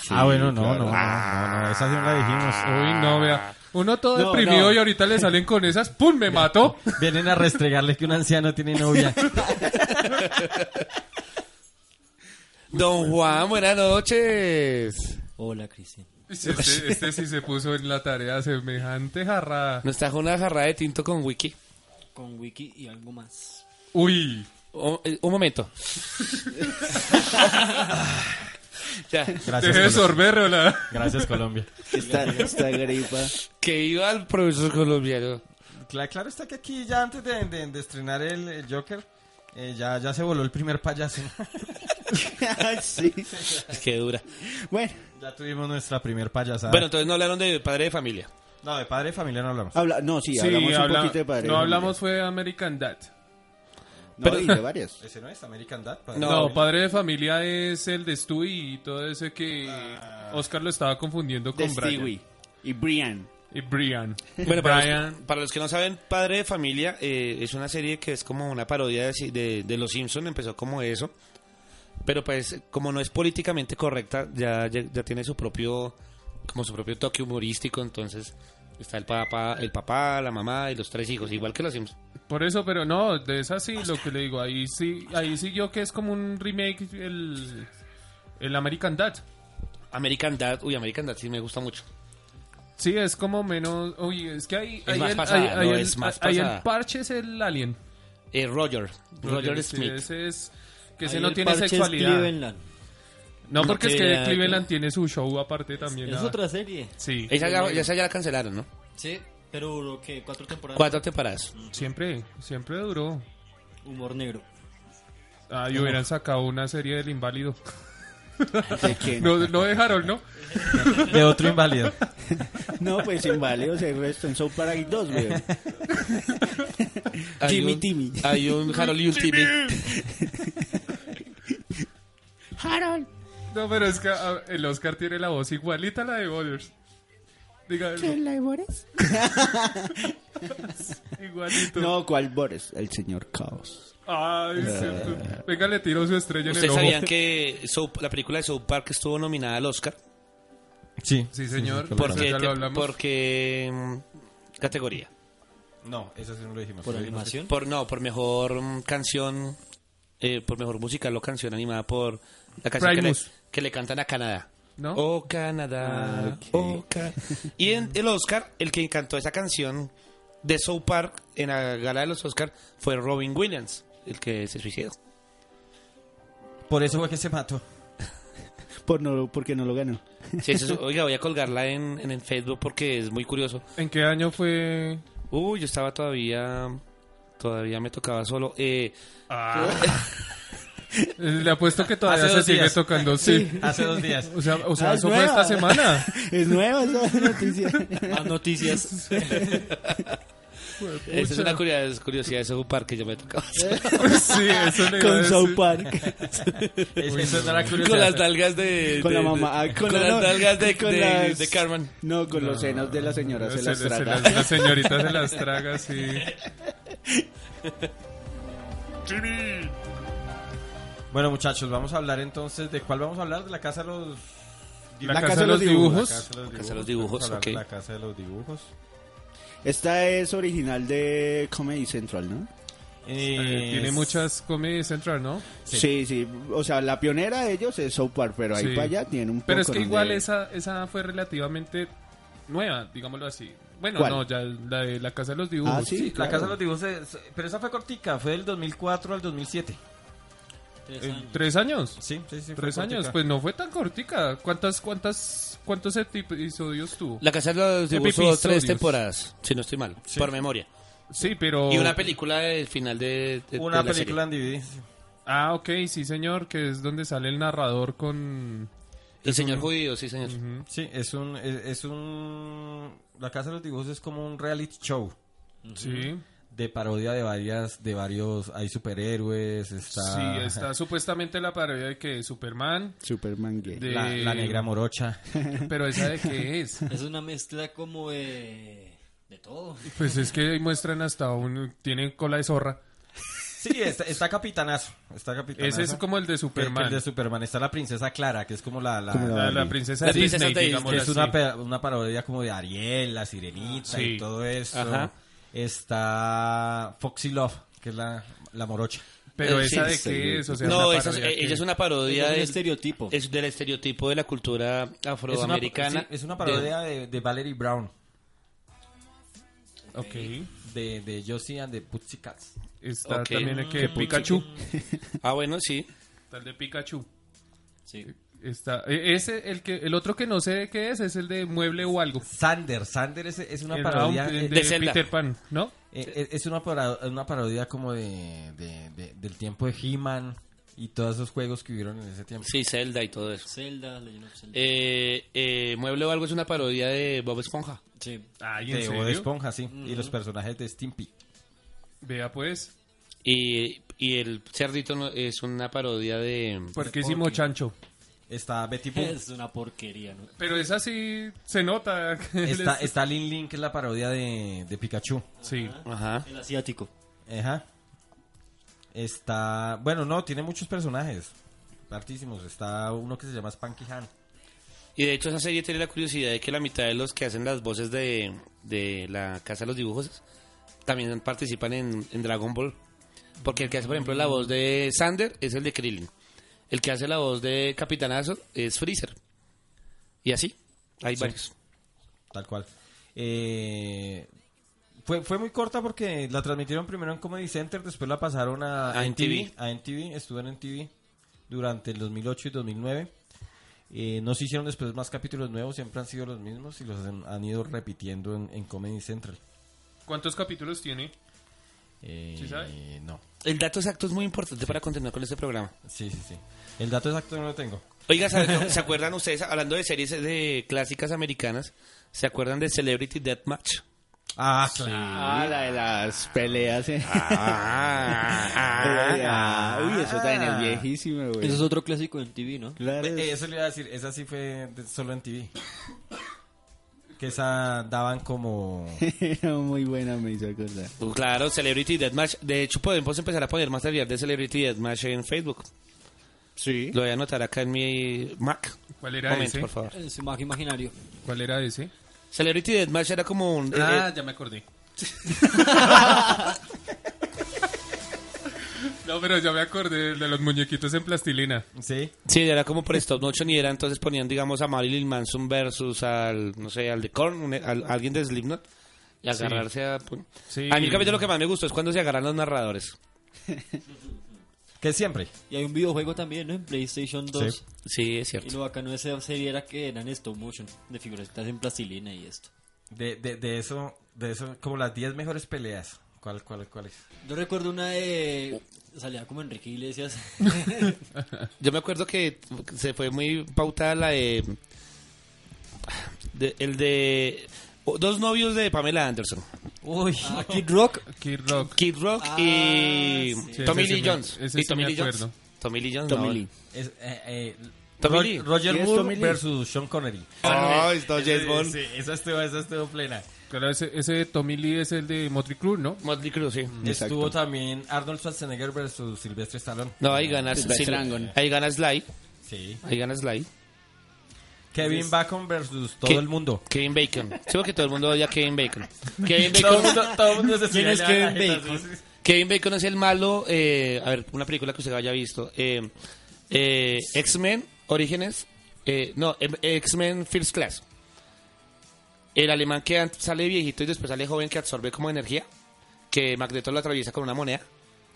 D: ah, bueno, no,
C: claro.
D: no, no, no, no, esa sí no la dijimos.
E: Uy, no,
B: Ah.
E: vea. Uno todo
C: No,
E: deprimido
C: no.
E: y ahorita le salen con esas. ¡Pum! Me mató.
D: Vienen a restregarle que un anciano tiene novia.
B: Don Juan, buenas noches.
F: Hola, Cristian.
E: Este, este sí se puso en la tarea semejante jarra.
B: Nos trajo una jarra de tinto con wiki.
F: Con Wiki y algo más.
E: Uy.
B: O- eh, un momento. ya.
D: Gracias,
E: Deje de
D: Colombia.
E: sorber, hola.
D: Gracias, Colombia.
C: Esta, esta gripa.
B: Que iba al profesor colombiano.
D: Cla- claro está que aquí ya antes de, de- de estrenar el, el Joker, eh, ya, ya se voló el primer payaso.
C: Ay, sí.
B: Es que dura.
C: Bueno,
D: ya tuvimos nuestra primer payasada.
B: Bueno, entonces no hablaron de padre de familia.
D: no, de padre y familia no hablamos.
C: habla, no, sí, hablamos
E: habla-
C: un poquito de padre.
E: No hablamos fue American Dad.
C: No, y de varias.
D: Ese no es American Dad. padre.
B: No.
E: No, padre de familia es el de Stu y todo ese que Oscar lo estaba confundiendo
C: Ah. De
E: con Brian.
C: Stewie y Brian.
E: Y Brian.
B: Bueno, para, Los,
E: Brian.
B: que- para los que no saben, Padre de Familia eh, es una serie que es como una parodia de, de- de Los Simpson empezó como eso, pero pues como no es políticamente correcta, ya, ya, ya tiene su propio como su propio toque humorístico, entonces está el papá, el papá, la mamá y los tres hijos, igual que Los Simpson.
E: Por eso, pero no, de esa sí, lo que le digo, ahí sí, ahí sí yo que es como un remake el, el American Dad.
B: American Dad, uy, American Dad sí me gusta mucho.
E: Sí, es como menos, uy, es que ahí,
B: Es
E: ahí
B: más
E: el,
B: pasada,
E: ahí- ahí
B: no,
E: el-
B: es más
E: ahí el
B: pasada.
E: parche es el alien.
B: Eh, Roger, Roger,
E: sí,
B: Smith.
E: ese es, que
F: Ahí
E: ese no
F: el
E: tiene
F: parche es
E: sexualidad.
F: Cleveland.
E: No, porque es que
F: Porque-
E: Cleveland tiene su show aparte también.
F: Es
E: ah.
F: otra serie.
E: Sí,
B: Esa ya, ya, esa ya la cancelaron, ¿no?
F: Sí, pero duró que cuatro temporadas.
B: Cuatro temporadas.
E: siempre, siempre duró.
F: Humor negro.
E: Ah, y hubieran sacado una serie del inválido.
C: ¿De quién?
E: No, no de Harold, ¿no?
D: De otro inválido.
C: No, pues inválidos el resto en South Park hay dos, güey.
B: Hay
C: Jimmy
B: un-
C: Timmy.
B: Hay un Harold y un Timmy.
C: Harold.
E: No, pero es que ah, el Oscar tiene la voz igualita a la de Borders. Diga,
C: ¿La de Boris?
E: igualito.
C: No, ¿cuál Boris? El señor Caos. Eh,
E: Ay, se- venga, le tiro su estrella en el
B: ¿Ustedes
E: ojo.
B: sabían que South- la película de South Park estuvo nominada al Oscar?
D: Sí.
E: Sí, señor.
D: claro.
E: Por-
B: Porque,
E: ya lo hablamos.
B: porque mm, categoría.
D: No, eso sí no lo dijimos.
F: Por
D: Sí, no sé.
F: animación.
B: Por no, por mejor mm, canción, eh, por mejor musical o canción animada por la canción que le,
E: Primus.
B: que le cantan a Canadá.
E: ¿No? Ah.
B: Oh
C: Ah,
B: Canadá, oh Ca- Y en el Oscar, el que cantó esa canción de South Park en la gala de los Oscar fue Robin Williams, el que se suicidó.
D: Por eso fue que se mató.
C: Por no, porque no lo ganó.
B: Sí, eso es- oiga, voy a colgarla en, en el Facebook porque es muy curioso.
E: ¿En qué año fue?
B: Uy, yo estaba todavía. Todavía me tocaba solo. Eh,
E: Eh, Le apuesto que todavía
D: Ah. Hace
E: se
D: dos
E: sigue
D: días.
E: tocando, sí.
D: Hace dos días.
E: O sea, o sea
C: Ah, es
E: eso fue
C: nueva.
E: esta semana.
C: Es nueva esa noticia.
F: Más noticias.
B: esa es una curiosidad, curiosidad de South Park que yo me tocaba solo.
E: sí, eso le iba a
C: Con
E: decir.
C: South Park.
D: Eso- Eso no era curioso.
B: Con las nalgas de.
C: Con la
B: de- de-
C: mamá. ah,
B: Con,
C: la-
B: las
C: no,
B: nalgas de,
C: con
B: de,
C: las-
B: de Carmen.
C: No, con los senos de la señora se
E: Eh, Se
C: las
E: le- se
C: traga.
E: las- la señorita se las traga, sí.
D: Bueno, muchachos, vamos a hablar entonces de cuál vamos a hablar, de la casa de los
E: La, casa de los dibujos.
D: La casa de los
B: Casa de los dibujos,
D: Vamos a hablar de
B: ok.
D: La casa de los dibujos.
C: Esta es original de Comedy Central, ¿no?
E: Eh, tiene muchas Comedy Central, ¿no?
C: Sí. sí, O sea, la pionera de ellos es South Park, pero ahí
E: Sí.
C: para allá tiene un poco.
E: Pero es que
C: donde-
E: igual esa, esa fue relativamente nueva, digámoslo así. Bueno,
C: ¿Cuál?
E: no, ya la de la Casa de los Dibujos.
C: Ah, sí,
D: La
C: claro.
D: Casa de los Dibujos, es- pero esa fue cortica, fue del 2004 al 2007.
F: Tres
E: Eh,
F: años.
E: ¿Tres años?
D: Sí, sí, sí. fue
E: Tres años,
D: cortica.
E: pues no fue tan cortica. ¿Cuántas, cuántas, cuántos episodios tuvo?
B: La Casa de los Dibujos tuvo tres
E: Episodios.
B: temporadas, si no estoy mal, por memoria.
E: Sí, pero...
B: Y una película del final de, de-
D: Una
B: de la serie.
D: película en DVD.
E: Ah, ok, sí señor, que es donde sale el narrador con...
B: El señor judío, sí, señor.
D: Sí, es un, es, es un... La Casa de los Dibujos es como un reality show
E: Sí,
D: de parodia de varias, de varios... Hay superhéroes, está...
E: sí, está supuestamente la parodia de que Superman,
C: Superman gay.
E: de-
D: La, la negra morocha.
E: pero esa de qué es.
F: Es una mezcla como de. de todo.
E: Pues es que ahí muestran hasta un... tienen cola de zorra.
D: Sí, está, está capitanazo. Está capitanazo.
E: Ese es como el de
D: Que- que el
E: Superman.
D: de Superman. Está la princesa Clara, que es como la... la-
C: Como la-
E: La, la princesa
B: La princesa
E: Disney,
B: de Disney.
E: digámoslo
D: que es una,
E: así.
D: pa- una parodia como de Ariel, la sirenita
E: Sí.
D: y todo eso.
B: Ajá.
D: Está Foxy Love, que es la, la morocha.
E: Pero
B: Eh,
E: esa
B: sí,
E: de
C: sí.
E: qué es, o sea,
B: No,
E: la
B: esa es,
E: parodia
B: eh,
E: que-
B: ella es una parodia
F: es un
B: del,
F: estereotipo.
B: es del estereotipo de la cultura
D: Es una,
B: afroamericana.
D: sí, es una parodia de, de Valerie Brown,
E: Ok.
D: de, de Josie and the Pussycats.
E: Está
B: Ok.
E: también el que Pikachu.
B: de- Ah, bueno, sí.
E: Está el de Pikachu.
F: Sí.
E: Está, e- ese, el, que, el otro que no sé de qué es, es el de mueble o algo.
D: Sander, Sander es, es una
E: El
D: parodia...
E: round
D: eh,
E: de,
B: de Zelda.
E: Peter Pan, ¿no?
D: Eh, eh, es una, para- una parodia como de, de- de- del tiempo de He-Man y todos esos juegos que hubieron en ese tiempo.
B: Sí, Zelda y todo eso.
F: Zelda, Legend of Zelda.
B: Eh, eh, Mueble o algo es una parodia de Bob Esponja.
F: Sí.
E: Eh, Ay,
D: de Bob Esponja, sí. Y los personajes de Stimpy.
E: Vea pues,
B: Y, y el cerdito no- es una parodia de...
E: puerquísimo chancho.
D: Está Betty Boop.
F: Es una porquería, ¿no?
E: Pero esa sí se nota. que él
D: Está,
E: es-
D: está Lin Lin, que es la parodia de, de Pikachu.
E: Sí.
B: Ajá.
F: El asiático.
D: Ajá. Está... Bueno, no, tiene muchos personajes. Hartísimos. Está uno que se llama Spanky Han.
B: Y de hecho esa serie tiene la curiosidad de que la mitad de los que hacen las voces de, de la Casa de los Dibujos también participan en, en Dragon Ball. Porque el que hace, por ejemplo, la voz de Sander es el de Krillin. El que hace la voz de Capitanazo es Freezer. Y así, hay varios.
D: Tal cual. Eh, fue, fue muy corta porque la transmitieron primero en Comedy Center, después la pasaron a,
B: A
D: NTV.
B: NTV.
D: A NTV, estuvo en NTV durante el 2008 y 2009. Eh, no se hicieron después más capítulos nuevos, siempre han sido los mismos y los han, han ido repitiendo en, en Comedy Central.
E: ¿Cuántos capítulos tiene?
D: Eh,
E: ¿Sí sabe?
D: No,
B: El dato exacto es muy importante para continuar con este programa.
D: sí, sí, sí. El dato exacto no lo tengo.
B: Oiga, ¿sabe- ¿se acuerdan ustedes, hablando de series de clásicas americanas, ¿se acuerdan de Celebrity Deathmatch?
D: Ah, claro.
C: Ah, la de las peleas. eh. Ah, uy, eso también es viejísimo, güey.
F: Ese es otro clásico en TV, ¿no?
C: Claro,
D: Eh, eso le iba a decir, esa sí fue de- solo en TV. Que esa daban como...
C: era muy buena, me hizo acordar.
B: Uh, Claro, Celebrity Deathmatch. De hecho, podemos empezar a poner material de Celebrity Deathmatch en Facebook.
C: Sí.
B: Lo voy a anotar acá en mi Mac.
E: ¿Cuál era
B: Momento,
E: ese?
B: por favor.
F: Es imagen imaginario.
E: ¿Cuál era ese?
B: Celebrity Deathmatch era como un... eh,
E: Ah,
B: eh,
E: ya me acordé. no, pero ya me acordé de los muñequitos en plastilina.
D: Sí.
B: sí, era como por Stop Motion y era entonces ponían, digamos, a Marilyn Manson versus al, no sé, al de Korn, un- al- alguien de Slipknot. Y agarrarse a... pu-
E: Sí.
B: A mí el capítulo que más me gustó es cuando se agarran los narradores.
D: Que siempre.
F: Y hay un videojuego también, ¿no? En PlayStation 2.
D: Sí.
B: Sí, es
F: Y
B: cierto.
F: lo bacano de esa serie era que eran stop motion, de figuritas en plastilina y esto.
D: De, de, de eso, de eso, como las 10 mejores peleas. ¿Cuál, cuál, cuál es?
F: Yo recuerdo una
B: Oh.
F: de... Salía como Enrique Iglesias.
B: Yo me acuerdo que se fue muy pautada la de... de- el de... o- Dos novios de Pamela Anderson.
D: Uy.
F: Ah, Kid Rock.
E: Kid Rock.
B: Kid Rock
F: Ah,
B: y
F: sí.
B: Tommy
E: Sí, ese
B: Lee
E: sí me-
B: Jones.
E: ese
B: y
E: sí
B: Tommy
E: me
B: Lee Jones.
E: acuerdo.
B: Tommy Lee Jones.
C: Tommy
B: no.
C: Lee.
D: Es, eh, eh,
B: Tommy
D: Ro-
B: Lee.
D: Roger
C: ¿Quién es Tommy
D: Moore
C: Lee?
D: versus Sean Connery.
B: Ah, está
D: Ese-
B: James Bond.
D: sí, esa estuvo, esa estuvo plena.
E: Claro, ese, ese de Tommy Lee es el de Motley Crue, ¿no?
B: Motley Crue, sí.
F: Mm.
C: Exacto.
D: Estuvo también Arnold Schwarzenegger versus Silvestre Stallone.
B: No, ahí ganas.
C: Sly
B: sí,
C: Strangon.
B: ahí ganas Sly.
D: Sí.
B: Ahí ganas Sly.
D: Kevin Bacon versus todo
B: ¿Qué?
D: el mundo.
B: Kevin Bacon. Seguro que todo el mundo odia a Kevin Bacon. Kevin
D: Todo
B: Bacon,
D: el mundo, todo el mundo se
F: ¿Quién es
D: señala a la
F: Kevin
D: gente
F: Bacon?
D: así.
B: Kevin Bacon es el malo. eh, a ver, una película que usted haya visto. eh, eh, X-Men, Orígenes. eh, no, em- X-Men First Class. El alemán que antes sale viejito y después sale joven que absorbe como energía. Que Magneto lo atraviesa con una moneda.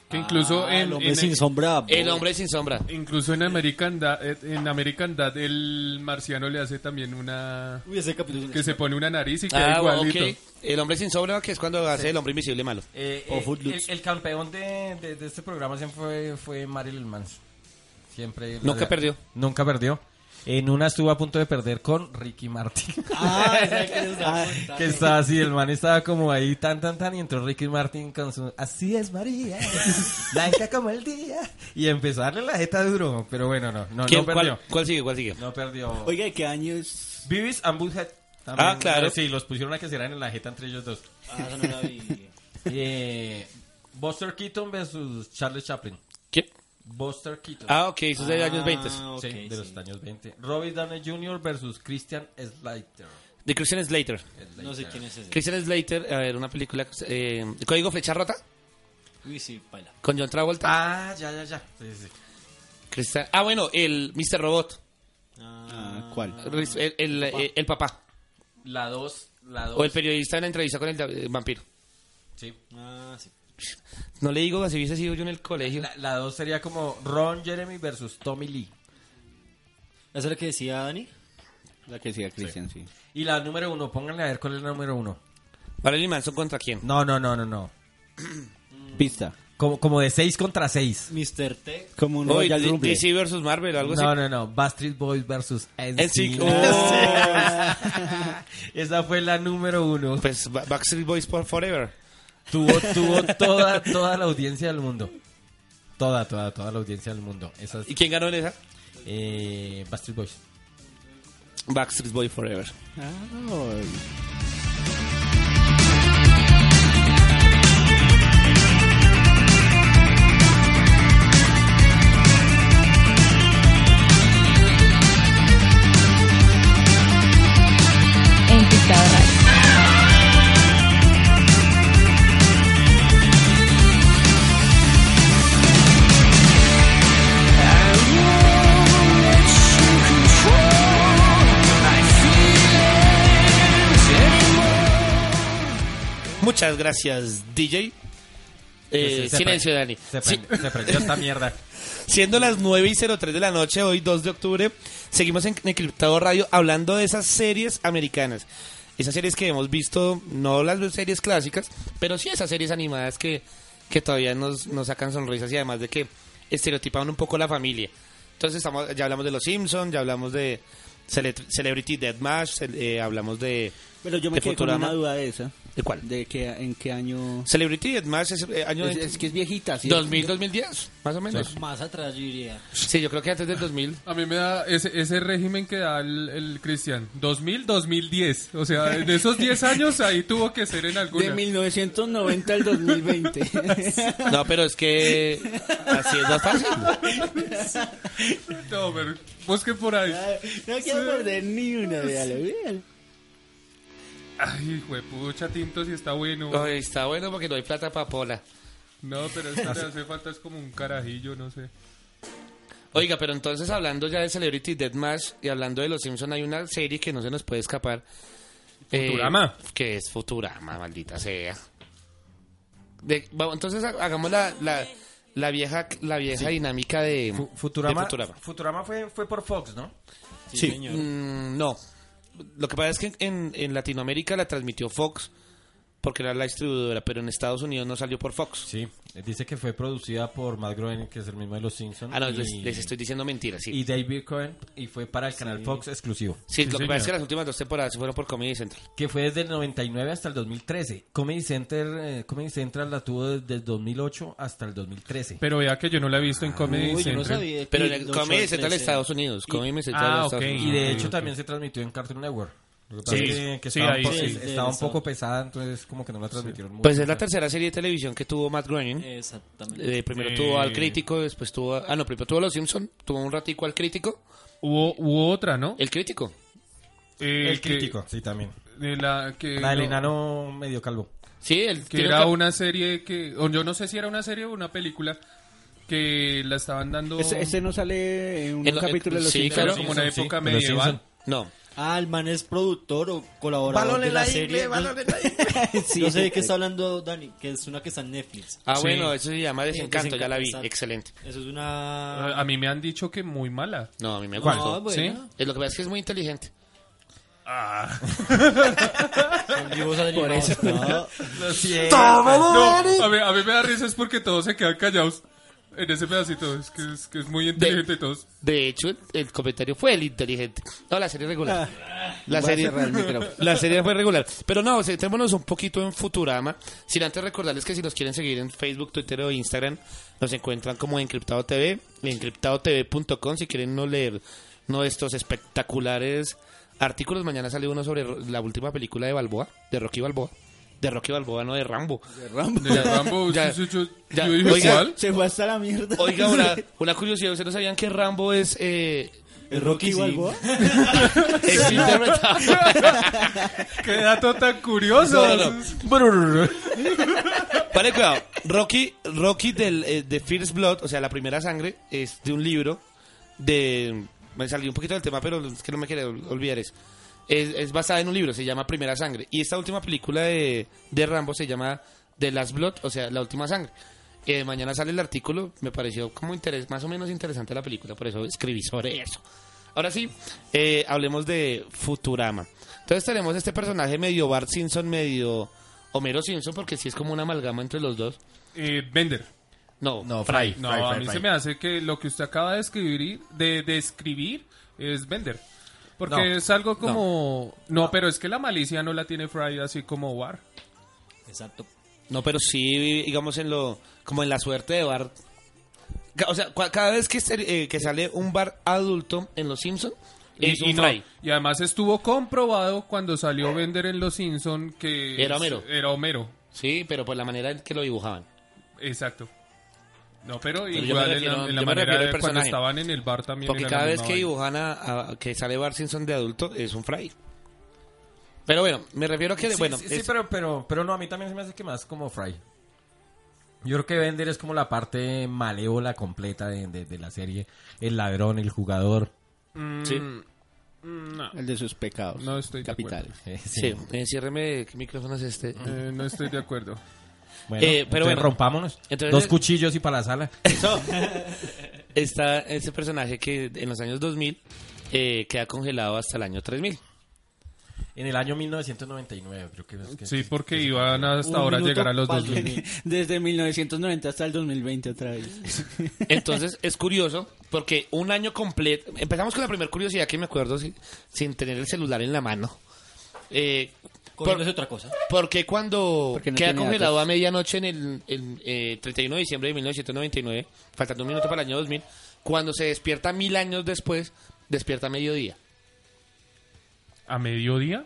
E: Que incluso
F: Ah,
E: en,
F: el hombre
E: en-
F: sin sombra.
B: El hombre sin sombra.
E: incluso en American Dad, en American Dad el marciano le hace también una
F: Uy, ese capítulo. es un-
E: que se pone una nariz y queda
B: Ah,
E: igualito.
B: ok. El hombre sin sombra, que es cuando hace el hombre invisible malo.
D: Eh,
C: O
D: eh,
C: Footloose.
D: el, el campeón de, de- de este programa siempre fue, fue Marilyn Manson. Siempre lo
B: Nunca
D: de-
B: perdió.
D: Nunca perdió. En una estuvo a punto de perder con Ricky Martin.
F: Ah, o sea, que les da cuenta.
D: que estaba así, el man estaba como ahí tan tan tan y entró Ricky Martin con su así es María, blanca como el día y empezó a darle la jeta duro, pero bueno, no, no,
B: ¿Quién-
D: no perdió.
B: cuál, cuál sigue? ¿Cuál sigue?
D: No perdió.
C: Oiga, ¿de qué año es?
D: Beavis and Butthead.
B: Ah, claro.
D: eh, sí, los pusieron a que se dieran en la jeta entre ellos dos.
F: Ah, esa no la vi.
D: Eh, Buster Keaton versus Charles Chaplin.
B: ¿Quién?
D: Buster Keaton.
B: Ah, ok, eso es de años 20.
F: Ah, ok,
D: Sí, de
F: sí.
D: los años 20. Robbie Downey Jr. versus Christian Slater.
B: De Christian Slater.
F: No sé quién es ese.
B: Christian Slater, a ver, una película. eh, ¿El código flecha rota?
F: Uy, sí, baila.
B: Con John Travolta.
D: Ah, ya, ya, ya. Sí, sí.
B: Christian- Ah, bueno, el Mr. Robot.
C: Ah, ¿Cuál?
B: Ris- El, el, eh, el papá.
D: La 2, la 2.
B: O el periodista en la entrevista con el, eh, vampiro.
D: Sí.
F: Ah, sí.
B: No le digo, así hubiese sido yo en el colegio.
D: La- La 2 sería como Ron Jeremy versus Tommy Lee.
F: ¿Esa es la que decía Dani?
C: La que decía Cristian, sí.
D: Y la número 1, pónganle a ver cuál es la número 1.
B: Marilyn Manson contra quién.
D: No, no, no, no, no.
C: Pista.
D: Como, como de 6 contra 6.
F: Mr. T.
C: Como un
B: Uy,
C: Royal
B: D-
C: Rumble.
B: DC versus Marvel, algo
D: No,
B: así.
D: no, no. Bastard Boys versus
B: NSYNC.
D: NSYNC.
B: Oh,
D: Esa fue la número 1.
B: pues Ba- Backstreet Boys for Forever.
D: Tuvo, tuvo toda, toda la audiencia del mundo. Toda, toda, toda la audiencia del mundo. Esa es,
B: oh. ¿Y quién ganó en esa?
D: eh, Backstreet Boys.
B: Backstreet Boy Forever.
C: Ah, Ay.
G: en Picadora.
B: Muchas gracias, DJ. Eh,
D: Se- se
B: silencio,
D: pre-
B: Dani.
D: Se,
B: Sí,
D: prende- se prendió esta mierda.
B: Siendo las 9 y 03 de la noche, hoy 2 de octubre, seguimos en Encriptado Radio hablando de esas series americanas. Esas series que hemos visto, no las series clásicas, pero sí esas series animadas que, que todavía nos, nos sacan sonrisas y además de que estereotipan un poco la familia. Entonces estamos, ya hablamos de Los Simpsons, ya hablamos de Cele- Celebrity Deathmatch, cel- eh, hablamos de...
C: Pero yo me
B: de
C: quedé con
B: Futurama.
C: una duda de esa.
B: ¿De cuál?
C: ¿De qué, en qué año?
B: Celebrity Deathmatch es eh, año
C: Es,
B: de-
C: es que es viejita, ¿sí?
B: 2000, 2010, más o menos.
F: Más atrás yo diría.
B: Sí, yo creo que antes del 2000.
E: A mí me da ese, ese régimen que da el, el Cristian. 2000, 2010. O sea, en esos 10 años ahí tuvo que ser en
C: De
E: alguna.
C: 1990 al 2020.
B: No, pero es que así es más fácil.
E: No, pero busquen por ahí.
C: no quiero perder ni una, véalo, véalo.
E: Ay, hijo de pucha, tinto si está bueno.
B: Ay, está bueno porque no hay plata para pola.
E: No, pero esto le hace falta, es como un carajillo, no sé.
B: Oiga, pero entonces hablando ya de Celebrity Deathmatch y hablando de Los Simpsons, hay una serie que no se nos puede escapar. Eh,
E: Futurama.
B: que es Futurama, maldita sea. De- vamos, entonces ha- hagamos la, la, la vieja, la vieja dinámica de
D: Fu- Futurama,
B: de Futurama.
D: Futurama fue, fue por Fox, ¿no?
F: Sí,
C: Sí.
F: señor.
B: Mm, no. Lo que pasa es que en, en Latinoamérica la transmitió Fox porque era la distribuidora, pero en Estados Unidos no salió por Fox.
D: Sí. Dice que fue producida por Matt Groening, que es el mismo de Los Simpsons.
B: Ah, no,
D: y,
B: les, les estoy diciendo mentiras, sí.
D: y David Cohen, y fue para el canal Fox exclusivo.
B: Sí, lo que
E: señor.
B: pasa es que las últimas dos temporadas se fueron por Comedy Central.
D: que fue desde el 99 hasta el 2013. Comedy Center, eh, Comedy Central la tuvo desde el 2008 hasta el 2013.
E: Pero vea que yo no la he visto en Comedy
F: Uy, yo no
E: Central.
F: sabía.
B: Pero
F: que
B: en el
F: Don
B: Comedy
F: Short
B: Central de
F: crece.
B: Estados Unidos. Comedy Central
E: ah,
B: de Estados
E: ok.
D: Y
B: Unidos.
D: de
E: Ah,
D: hecho
E: ok.
D: también se transmitió en Cartoon Network. Lo que pasa
E: Sí,
D: es que, que
E: sí,
D: estaba,
E: ahí
D: un poco,
E: sí.
D: estaba un
F: Sí,
D: poco pesada, entonces como que no la transmitieron mucho.
B: Pues es la tercera serie de televisión que tuvo Matt Groening.
F: Exactamente.
B: Eh, primero
E: Eh.
B: tuvo al crítico, después tuvo... a- Ah, no, primero tuvo a Los Simpson, tuvo un ratico al crítico.
E: Hubo, hubo otra, ¿no?
B: El crítico.
E: eh,
D: el
E: que-
D: crítico, sí, también.
E: ah, de la que
D: La del
E: no-
D: enano medio calvo.
B: Sí, el
E: que era una serie que o yo no sé si era una serie o una película que la estaban dando
C: Ese, ese no sale en un
B: En lo-
C: capítulo de los
B: sí,
E: era
B: claro.
E: como una
D: Simpson, sí,
E: época
D: de los
E: medieval.
D: Simpson.
B: No.
F: Ah, el man es productor o colaborador de la, serie. Yo-
C: Sí.
F: Yo sé de qué está hablando Dani, que es una que está en Netflix. Eh,
B: Ah,
E: Sí.
B: bueno, eso se llama Desencanto, ya la vi.
F: Desencanto, exacto.
B: Excelente.
F: Eso es una...
E: A a mí me han dicho que muy mala.
B: No, a mí me
F: No,
B: gustó.
F: buena.
B: Es lo que pasa es que es muy inteligente.
D: Ah.
F: Son dibujos animados. No.
E: No, a mí, a mí me da risa es porque todos se quedan callados en ese pedacito. Es que es, que es muy inteligente y todos.
B: De hecho, el, el comentario fue el inteligente. No, la serie regular.
C: Ah, voy
B: la,
C: a
B: serie,
C: cerrar el micrófono.
B: la serie fue regular. Pero no, centrémonos un poquito en Futurama. Sin antes recordarles que si nos quieren seguir en Facebook, Twitter o Instagram, nos encuentran como Encriptado TV, encriptadotv.com. Si quieren no leer no estos espectaculares artículos, mañana sale uno sobre ro- la última película de Balboa, de Rocky Balboa. De Rocky Balboa, no de Rambo.
E: De Rambo,
B: ya,
E: yo- yo-
B: ya.
E: yo dije,
B: Oiga,
E: ¿cuál?
C: Se fue hasta la mierda.
B: Oiga, una, una curiosidad, ¿ustedes no sabían que Rambo es... eh,
C: ¿El Rocky
F: Sí.
C: Balboa?
B: es interpretado-
E: ¡Qué dato tan curioso!
B: No, no. Vale, cuidado. Rocky, Rocky del, eh, de First Blood, o sea, la primera sangre, es de un libro de... Me salí un poquito del tema, pero es que no me quiero ol- olvidar eso. Es, es basada en un libro, se llama Primera Sangre. Y esta última película de, de Rambo se llama The Last Blood, o sea, La Última Sangre. Eh, mañana sale el artículo, me pareció como interes, más o menos interesante la película, por eso escribí sobre eso. Ahora sí, eh, hablemos de Futurama. Entonces tenemos este personaje medio Bart Simpson, medio Homero Simpson, porque sí es como una amalgama entre los dos.
E: Eh, Bender.
B: No,
D: No,
B: Fry.
E: No,
D: Fry,
E: a
D: Fry,
E: mí
D: Fry.
E: se me hace que lo que usted acaba de escribir, de describir, es Bender. Porque
D: No,
E: es algo como... No. pero es que la malicia no la tiene Fry así como War.
F: Exacto.
B: No, pero sí, digamos, en lo como en la suerte de Bart. Ca- O sea, cua- cada vez que, se- eh, que sale un Bart adulto en Los Simpson es un
E: no.
B: Fry.
E: y además estuvo comprobado cuando salió Bender en Los Simpson que...
B: Era Homero.
E: Era Homero,
B: Sí, pero por la manera en que lo dibujaban.
E: exacto. No, pero,
B: yo me
E: igual en
B: refiero-
E: la, en la
B: yo me
E: manera
B: refiero al
E: de cuando
B: personaje.
E: estaban en el bar también.
B: Porque
E: era la
B: cada vez
E: misma
B: que
E: vaina.
B: dibujan a, a- que sale Bart Simpson de adulto es un Fry. Pero bueno, me refiero a que
D: Sí,
B: bueno,
D: sí, sí,
B: es-
D: pero, pero, pero no, a mí también se me hace que más como Fry. Yo creo que Bender es como la parte malévola completa de, de- de la serie. El ladrón, el jugador.
E: Mm,
B: Sí.
E: mm, no.
C: El de sus pecados.
E: No estoy de
C: Capitales.
D: Eh,
B: sí, eh, ciérreme qué micrófono es este.
E: Eh, no estoy de acuerdo.
D: Bueno,
B: Eh, pero
D: entonces
B: bueno.
D: rompámonos.
B: Entonces-
D: Dos cuchillos y para la sala.
B: Eso. Está ese personaje que en los años 2000 eh, queda congelado hasta el año 3000.
D: En el año 1999, creo que. es que-
E: Sí, porque iban
F: Un
E: hasta ahora
F: minuto
E: llegar a los
F: pa'l
E: 2000.
F: 2000.
C: Desde 1990 hasta el 2020 otra vez.
B: Entonces es curioso porque un año completo. Empezamos con la primera curiosidad que me acuerdo si- sin tener el celular en la mano. Eh,
F: Cogiendo
B: por-
F: es otra cosa.
B: ¿Por qué cuando
C: Porque no
B: queda
C: tiene
B: congelado
C: datos.
B: a medianoche en el, el, eh, 31 de diciembre de 1999, faltando un minuto para el año 2000, cuando se despierta mil años después, despierta a mediodía?
E: ¿A mediodía?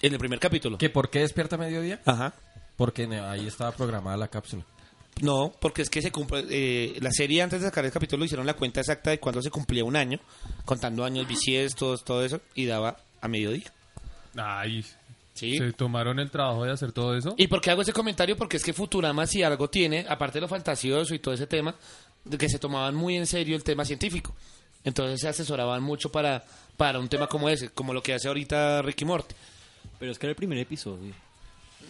B: En el primer capítulo.
D: ¿Que ¿Por qué despierta a mediodía?
B: Ajá.
D: Porque ne- ahí estaba programada la cápsula.
B: No, porque es que se cumple. eh, la serie antes de sacar el capítulo hicieron la cuenta exacta de cuándo se cumplía un año, contando años bisiestos, todo eso, y daba a mediodía.
E: Ay,
B: Sí.
E: ¿se tomaron el trabajo de hacer todo eso?
B: ¿Y por qué hago ese comentario? Porque es que Futurama si algo tiene, aparte de lo fantasioso y todo ese tema, de que se tomaban muy en serio el tema científico. Entonces se asesoraban mucho para, para un tema como ese, como lo que hace ahorita Ricky Morty.
F: Pero es que era el primer episodio.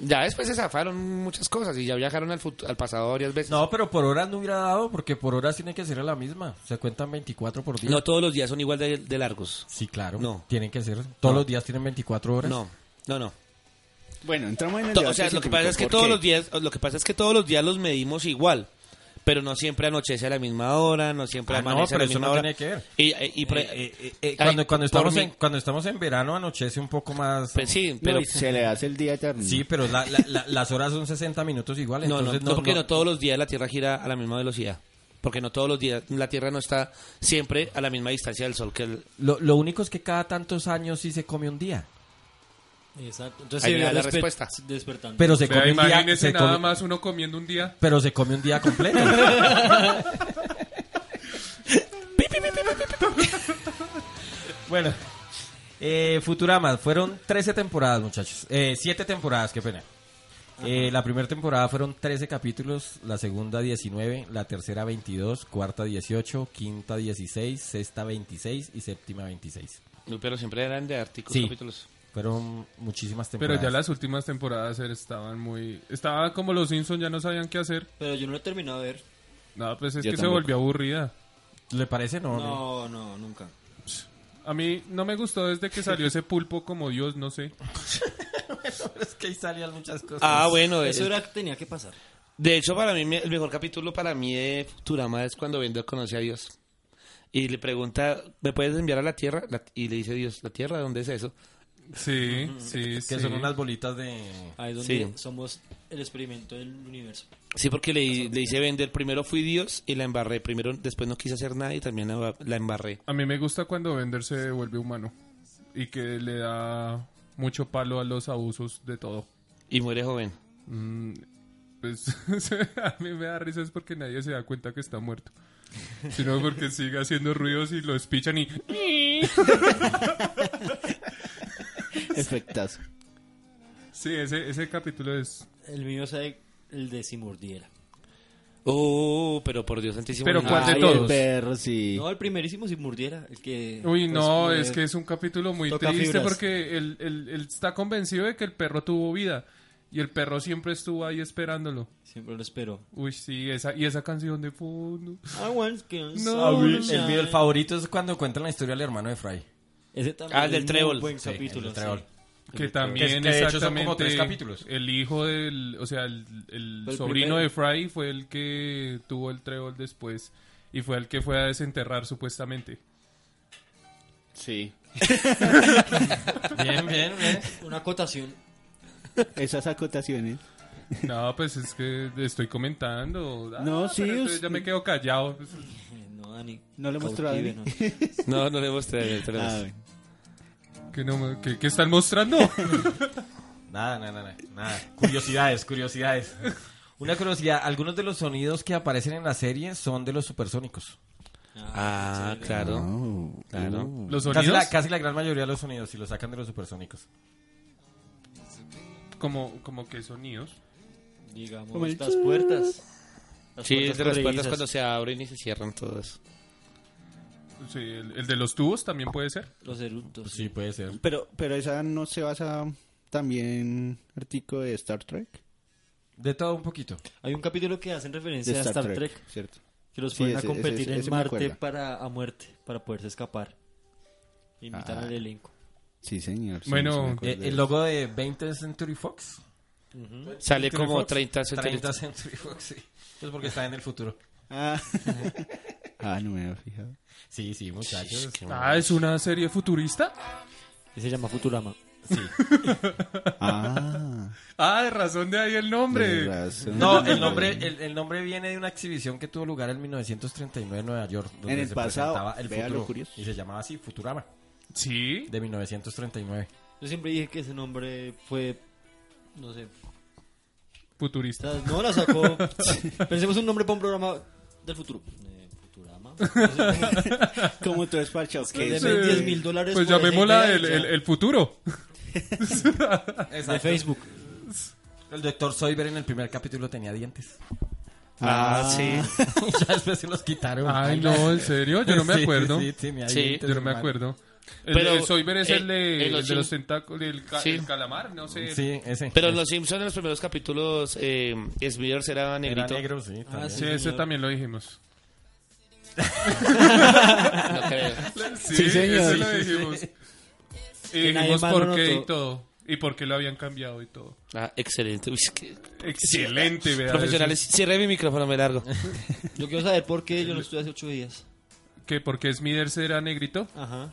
B: Ya después se zafaron muchas cosas y ya viajaron al, fut- al pasado varias veces.
D: No, pero por horas no hubiera dado, porque por horas tiene que ser la misma. Se cuentan 24 por día.
B: No todos los días son igual de, de largos.
D: Sí, claro.
B: No.
D: Tienen que ser. Todos los días tienen 24 horas.
B: No, no, no.
C: Bueno, entramos en el
B: To- o
C: debate
B: sea, lo que
C: científico,
B: pasa es que
C: ¿por
B: todos
C: qué?
B: los días, lo que pasa es que todos los días los medimos igual, pero no siempre anochece a la misma hora, no siempre
D: Ah, no,
B: amanece a la
D: pero eso
B: misma
D: no
B: hora.
D: tiene que ver.
B: Y, y- y pre-
D: Eh, eh, eh,
B: Ay,
D: cuando, cuando,
B: por
D: estamos
B: mí-
D: en, cuando estamos en verano anochece un poco más.
B: pues sí,
C: No,
B: pero
C: y se le hace el día eterno.
D: Sí, pero la- la- la- las horas son 60 minutos iguales.
B: no, no,
D: entonces
B: no, porque no todos los días la Tierra gira a la misma velocidad. Porque no todos los días la Tierra no está siempre a la misma distancia del Sol que el...
D: Lo, lo único es que cada tantos años sí se come un día.
F: Exacto. Entonces
B: Ahí
F: se
B: le da
F: iba
B: la
F: desper-
B: respuesta.
F: Despertando.
D: Pero se
E: Vea,
D: come un día.
E: imagínese
D: se
E: nada
D: come-
E: más uno comiendo un día.
D: Pero se come un día completo. bueno. Eh, Futurama, fueron 13 temporadas, muchachos. Eh, 7 temporadas, qué pena. Eh, la primera temporada fueron 13 capítulos, la segunda 19, la tercera 22, cuarta 18, quinta 16, sexta 26 y séptima 26.
B: No, pero siempre eran de artículos,
D: Sí.
B: capítulos.
D: Fueron muchísimas
E: Pero
D: temporadas.
E: ya las últimas temporadas er, estaban muy... Estaba como los Simpsons ya no sabían qué hacer.
F: Pero yo no lo he terminado de ver.
E: No, pues es
F: Yo
E: que se
F: tampoco.
E: volvió aburrida.
D: ¿Le parece? No, no.
F: No, no, nunca.
E: A mí no me gustó desde que salió ese pulpo como Dios, no sé.
D: es que ahí salían muchas cosas.
B: Ah, bueno,
F: Eso
B: eh,
F: era que tenía que pasar.
B: De hecho, para mí, me- el mejor capítulo para mí de Futurama es cuando Bender conoce a Dios. Y le pregunta, ¿me puedes enviar a la Tierra? La- y le dice Dios, ¿la Tierra? ¿Dónde es eso?
E: Sí, sí,
D: Que
E: sí.
D: son unas bolitas de...
F: Ahí es donde
B: Sí.
F: somos el experimento del universo.
B: Sí, porque le, le hice Bender, primero fui Dios y la embarré. Primero, después no quise hacer nada y también la, la embarré.
E: A mí me gusta cuando Bender se vuelve humano y que le da mucho palo a los abusos de todo.
B: Y muere joven.
E: Mm, pues a mí me da risa es porque nadie se da cuenta que está muerto. Sino porque sigue haciendo ruidos y lo espichan y...
C: Efectazo.
E: Sí, ese, ese capítulo es...
F: El mío es el de si mordiera.
B: Oh, pero por Dios santísimo.
E: Pero
B: no.
E: ¿cuál de
C: Ay, el
E: todos?
C: perro, sí.
F: No, el primerísimo si mordiera. El que,
E: Uy,
F: pues,
E: no,
F: eh,
E: es que es un capítulo muy
F: toca
E: triste
F: fibras.
E: porque él, él- él está convencido de que el perro tuvo vida y el perro siempre estuvo ahí esperándolo.
F: Siempre lo espero.
E: Uy, sí, esa, y esa canción de fondo.
F: I want to
E: No,
D: El,
E: Uy,
F: sunshine.
D: video- el favorito es cuando cuentan la historia del hermano de Fry.
F: Ese también
B: Ah, el del
F: es muy
B: trébol.
F: buen
D: Sí, el
F: capítulo.
D: del trébol.
F: sí.
E: Que también
D: que de hecho son
E: exactamente
D: como tres capítulos.
E: El hijo del, o sea, el, el
F: Fue el primero.
E: sobrino de Fry fue el que tuvo el trébol después y fue el que fue a desenterrar supuestamente.
C: Sí.
D: Bien, bien, bien.
F: Una acotación.
C: Esas acotaciones.
E: No, pues es que estoy comentando. Ah,
C: No, sí,
E: pero entonces
C: es-
E: ya me quedo callado.
F: Eh, No, Dani.
C: No le mostró a Dani.
F: Cautívenos.
B: No, no le mostré. te lo
C: Ah,
B: mostré.
C: bueno.
E: ¿Qué, no, qué- qué están mostrando?
D: Nada, nada, nada, nada. Curiosidades, curiosidades. Una curiosidad, algunos de los sonidos que aparecen en la serie son de los supersónicos.
B: Ah, claro.
C: Oh,
B: Claro.
F: uh.
E: Los
D: Casi
E: sonidos
D: la, casi la gran mayoría de los sonidos, si los sacan de los supersónicos.
E: como como que sonidos.
F: Digamos,
C: Como el
F: las puertas. Las
B: Sí, es de las puertas
F: corredizas.
B: cuando se abren y se cierran todas.
E: Sí, el, el de los tubos también puede ser.
F: Los eructos.
D: Sí, puede ser.
C: Pero, pero esa no se basa también artículo de Star Trek.
D: De todo un poquito.
F: Hay un capítulo que hacen
C: De
F: referencia a Star Trek.
C: Cierto.
F: Que los
C: Sí,
F: ponen
C: ese-
F: a competir
C: ese- ese- ese
F: en
C: me
F: Marte
C: acuerdo.
F: para, a muerte, para poderse escapar. Invitan
C: Ah.
F: al elenco.
C: Sí, señor. sí,
E: Bueno,
C: sí me
D: Eh,
C: acuerdo de
D: el logo de 20th Century Fox.
B: Sale como
D: Fox?
B: 30
D: 30
B: centímetros.
D: Century Fox, sí. Pues porque está en el futuro.
C: eso. Ah. Ah, no me había fijado.
D: Sí, sí, muchachos.
E: Ah, es una serie futurista.
F: Y se llama Futurama.
C: Ah,
E: Ah, de razón de ahí el
C: de
E: nombre.
C: razón.
D: No, el nombre, el, el nombre viene de una exhibición que tuvo lugar en 1939 en Nueva York. Donde
C: En el
D: se
C: pasado,
D: presentaba el
C: vea lo
D: futuro.
C: curioso.
D: Y se llamaba así, Futurama,
E: Sí.
D: de 1939.
F: Yo siempre dije que ese nombre fue. No sé. o
E: Futurista.
F: sea, no la sacó. Pensemos un nombre para un programa del futuro. Eh, Futurama. No sé.
C: Como tú es parchao.
F: que le
C: ¿qué?
F: ven 10 mil dólares.
E: Pues
F: por esa
E: llamémosla
F: idea y
E: el,
F: ya.
E: el- el futuro.
F: De Facebook.
D: El doctor Soyber en el primer capítulo tenía dientes.
B: Ah, sí.
D: Y ya después se los quitaron.
E: Ay, no, en serio, yo no me
D: Sí,
E: acuerdo.
D: Sí, sí, tenía
B: Sí.
D: dientes,
E: Yo no me
D: hermano.
E: acuerdo. El,
B: Pero,
E: el Soyber es el,
B: eh,
E: de,
B: el
E: el de los
B: ochim-
E: tentáculos, el, ca-
B: Sí.
E: el calamar, no sé.
D: Sí, ese.
B: Pero en Los Simpsons, en los primeros capítulos, eh, Smithers era
D: Era
B: negrito.
D: negro, sí. también.
E: Sí, ese
F: Ah, señor.
E: también lo dijimos.
B: No creo.
E: Sí,
C: señor.
E: ese lo dijimos. Y
F: Que nadie
E: dijimos
F: más
E: por
F: lo
E: qué y
F: notó.
E: todo. Y por qué lo habían cambiado y todo.
B: Ah, excelente. Uy, es que-
E: Excelente, vea.
B: Profesionales, cierre mi micrófono, me largo.
F: Yo quiero saber por qué yo no estuve hace 8 días.
E: eso. ¿Qué? ¿Por qué Smithers era negrito?
F: Ajá.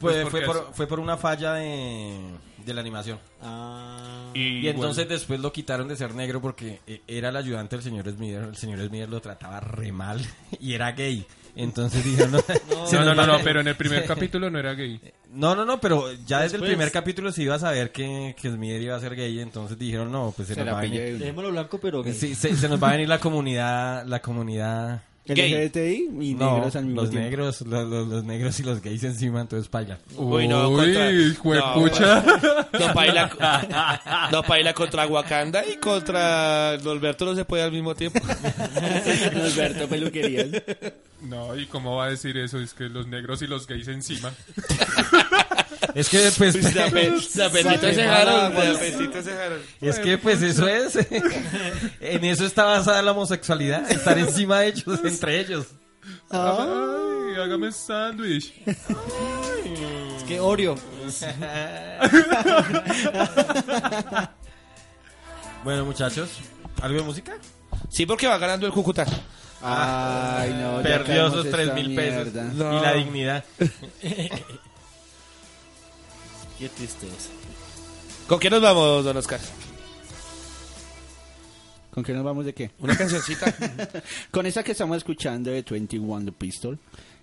D: Pues
E: Pues
D: fue,
E: porque
D: por, fue por una falla de, de la animación.
F: Ah.
D: Y, entonces después lo quitaron de ser negro porque eh, era el ayudante del señor Smith. El señor Smith lo trataba re mal y era gay. Entonces dijeron... No, se
E: No,
D: nos
E: no, no,
D: va-
E: no, pero en el primer capítulo no era gay.
D: No, no, no, pero ya desde el
F: Después.
D: primer capítulo se iba a saber que, que Smith iba a ser gay. Entonces dijeron, no, pues se,
C: Se
D: nos
C: la
D: va a
C: pillé
D: venir...
C: de una.
F: Dejémoslo blanco, pero.
D: Sí, se, se nos va a venir la comunidad, la comunidad
B: Gay.
C: LGBTI y
D: No,
C: negros al mismo
D: los
C: tiempo.
D: negros, los, los- los negros y los gays encima, entonces paila.
B: Uy, no, contra-
E: juepucha.
B: pues, No paila, no paila contra Wakanda y contra Norberto no se puede al mismo tiempo.
F: Alberto Peluquerías.
E: No, ¿y cómo va a decir eso? Es que los negros y los gays encima.
D: Es que pues,
B: De ape- de apetito se jaron, de apetito se jaron.
D: Ah, es que pues eso es. en eso está basada la homosexualidad, estar encima de ellos, entre ellos.
H: Ah.
E: Ay, hágame sándwich.
F: Es que Oreo.
D: Bueno, muchachos, ¿algo de música?
B: Sí, porque va ganando el Cúcuta.
C: Ay, no. ya
D: Perdió
C: caemos
D: esos
C: esta
D: 3 mil pesos
C: mierda.
D: y la dignidad.
F: Qué triste es.
B: ¿Con qué nos vamos, don Oscar?
C: ¿Con qué nos vamos de qué?
B: Una cancioncita.
C: Con esa que estamos escuchando de 21 The Pistol.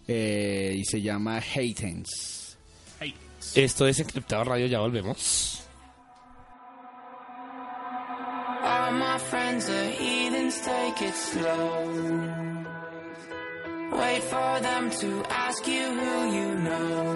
C: eh, y se llama Hatens.
B: Esto es Encriptado Radio, ya volvemos.
G: All my friends are heathens, take it slow. Wait for them to ask you who you know.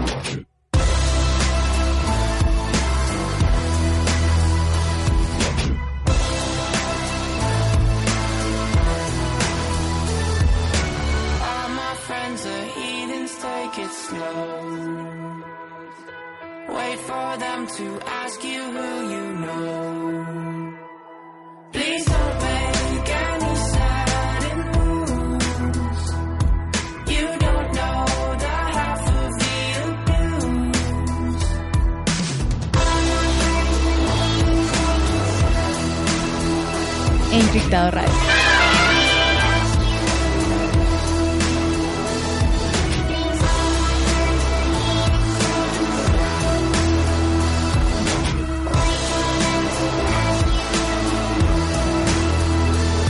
G: All my friends are heathens, take it slow. Wait for them to ask you who you know. Please don't make any sudden moves. You don't know the half of the abuse.
I: Encriptado Radio.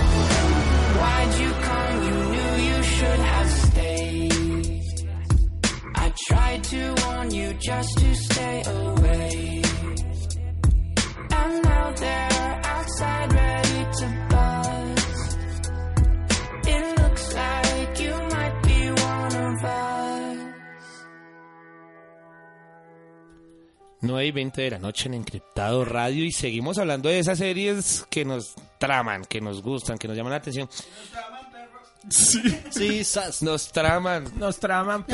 G: Why'd you come? You knew you should have stayed. I tried to warn you just to stay away. And now they're outside ready to bust. It looks like you might be one of us.
B: 9 y 20 de la noche en Encriptado Radio y seguimos hablando de esas series que nos traman, que nos gustan, que nos llaman la atención.
F: Sí, sas.
B: Nos traman.
D: Nos traman,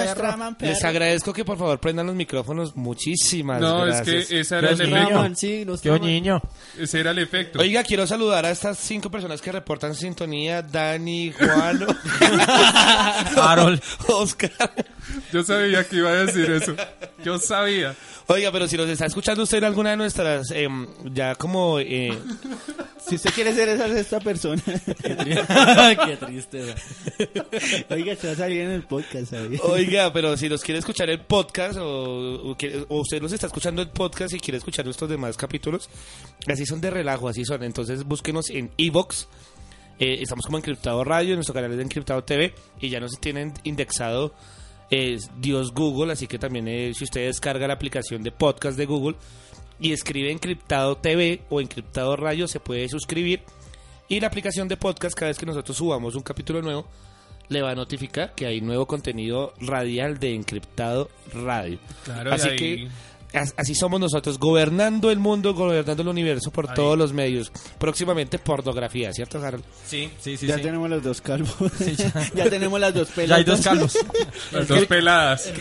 B: Les agradezco que por favor prendan los micrófonos. Muchísimas
E: No,
B: gracias.
E: es que ese era el
D: Los
E: efecto.
D: niños.
F: Traman, sí, nos
D: Qué
F: traman.
D: niño.
E: Ese era el efecto.
B: Oiga, quiero saludar a estas cinco personas que reportan sintonía. Dani, Juan,
D: Harold.
B: Oscar.
E: Yo sabía que iba a decir eso. Yo sabía.
B: Oiga, pero si los está escuchando usted en alguna de nuestras, em, ya como eh,
C: Si usted quiere ser esa sexta persona,
F: Qué, tri- qué tristeza.
C: oiga, se va a salir en el podcast, ¿sabes?
B: Oiga, pero si los quiere escuchar el podcast o, o quiere- o usted los está escuchando el podcast y quiere escuchar nuestros demás capítulos, así son de relajo, así son. Entonces búsquenos en Evox. Eh, estamos como Encriptado Radio, nuestro canal es de Encriptado TV y ya nos tienen indexado eh, Dios Google, así que también eh, si usted descarga la aplicación de podcast de Google y escribe Encriptado TV o Encriptado Radio, se puede suscribir y la aplicación de podcast, cada vez que nosotros subamos un capítulo nuevo, le va a notificar que hay nuevo contenido radial de Encriptado Radio.
E: Claro, y
B: así
E: ahí-
B: que as- así somos nosotros, gobernando el mundo, gobernando el universo por todos los medios. Próximamente pornografía, ¿cierto, Harold?
D: Sí, sí, sí.
C: ya
D: sí.
C: tenemos los dos calvos. ya. tenemos las dos pelas.
D: Ya hay dos calvos.
E: Las dos peladas.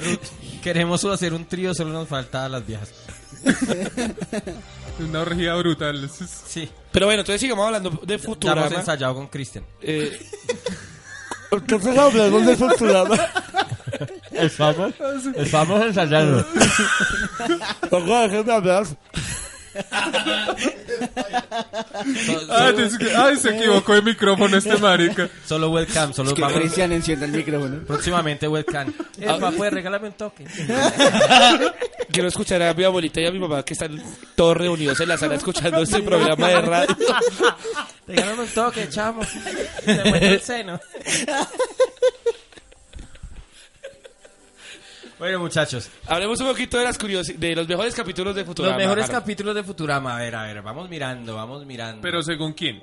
D: Queremos hacer un trío, solo nos falta las viejas.
E: Una orgía brutal.
D: Sí.
B: Pero bueno, entonces sigamos hablando de
D: Ya hemos
B: Futurama.
D: ensayado con Christian.
B: Eh, entonces hablamos de Futurama.
D: Estamos, estamos ensayando.
B: Ojo, déjenme hablar.
E: Ah, des- Ay, se equivocó de micrófono este marica.
D: Solo webcam, solo
C: Que
D: vamos.
C: Cristian encienda el micrófono.
D: Próximamente webcam.
B: Ah.
D: Eh, papá, pues regálame un toque.
B: Quiero escuchar a mi abuelita y a mi mamá que están todos reunidos en la sala escuchando este programa de radio.
D: Regálame un toque, chamo. Te muestro el seno. Bueno, muchachos,
B: Hablemos un poquito de las curiosi- de los mejores capítulos de Futurama.
D: los mejores
B: Harold.
D: capítulos de Futurama. A ver, a ver, vamos mirando, vamos mirando.
E: Pero según quién.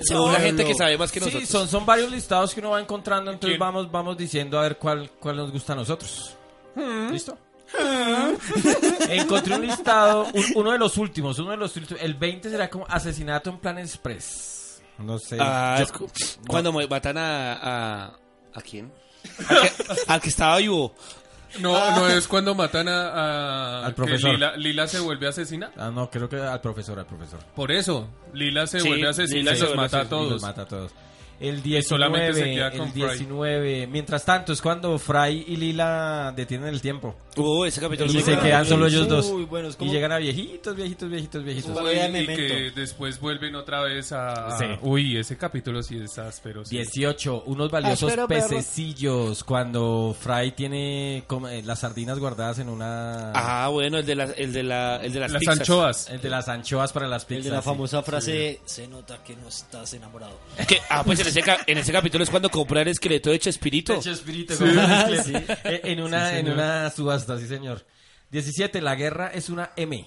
B: Según la gente que sabe más que
D: sí,
B: nosotros.
D: son, son varios listados que uno va encontrando, entonces
E: ¿Quién?
D: vamos, vamos diciendo a ver cuál, cuál nos gusta a nosotros. ¿Listo? Encontré un listado, un- uno de los últimos, uno de los últimos. El 20 será como Asesinato en Plan Express. No sé.
B: Ah,
D: Yo-
B: es cu- Cuando mu- matan a, a... ¿A quién? Al que, al que estaba vivo.
E: No, no es cuando matan a. a-
D: Al
E: que
D: profesor.
E: Lila, Lila se vuelve asesina.
D: Ah, no, creo que al profesor, al profesor.
E: Por eso, Lila se
B: Sí,
E: vuelve asesina
B: Lila
E: y
B: se
E: los
B: vuelve
E: mata a
D: Y los
E: todos.
D: mata a todos. El
E: solamente
D: 19,
E: se queda con
D: el
E: Fry.
D: 19. Mientras tanto, es cuando Fry y Lila detienen el tiempo.
B: Uh, ese capítulo
D: Y
B: es muy
D: se quedan solo ellos dos.
F: Uy, bueno, es como-
D: Y llegan a viejitos, viejitos, viejitos, viejitos.
E: Uy,
F: Vaya
E: y
F: memento.
E: que después vuelven otra vez a.
D: Sí.
E: Ah, Uy, ese capítulo sí es áspero. sí.
D: 18, unos valiosos
C: Espero, perro.
D: pececillos cuando Fry tiene como, eh, las sardinas guardadas en una...
B: Ah, bueno, el de, la, el de, la, el de las,
E: Las
B: pizzas.
E: anchoas.
D: El de las anchoas para las
F: El
D: pizzas.
F: de la
D: sí.
F: famosa frase, Eh, se nota que no estás enamorado.
B: Que- ah, pues en ese, ca- en ese capítulo es cuando compran el esqueleto de Chespirito.
D: De Chespirito, como dice Leslie. Eh, En una, en una subasta, sí, señor. 17. La guerra es una M.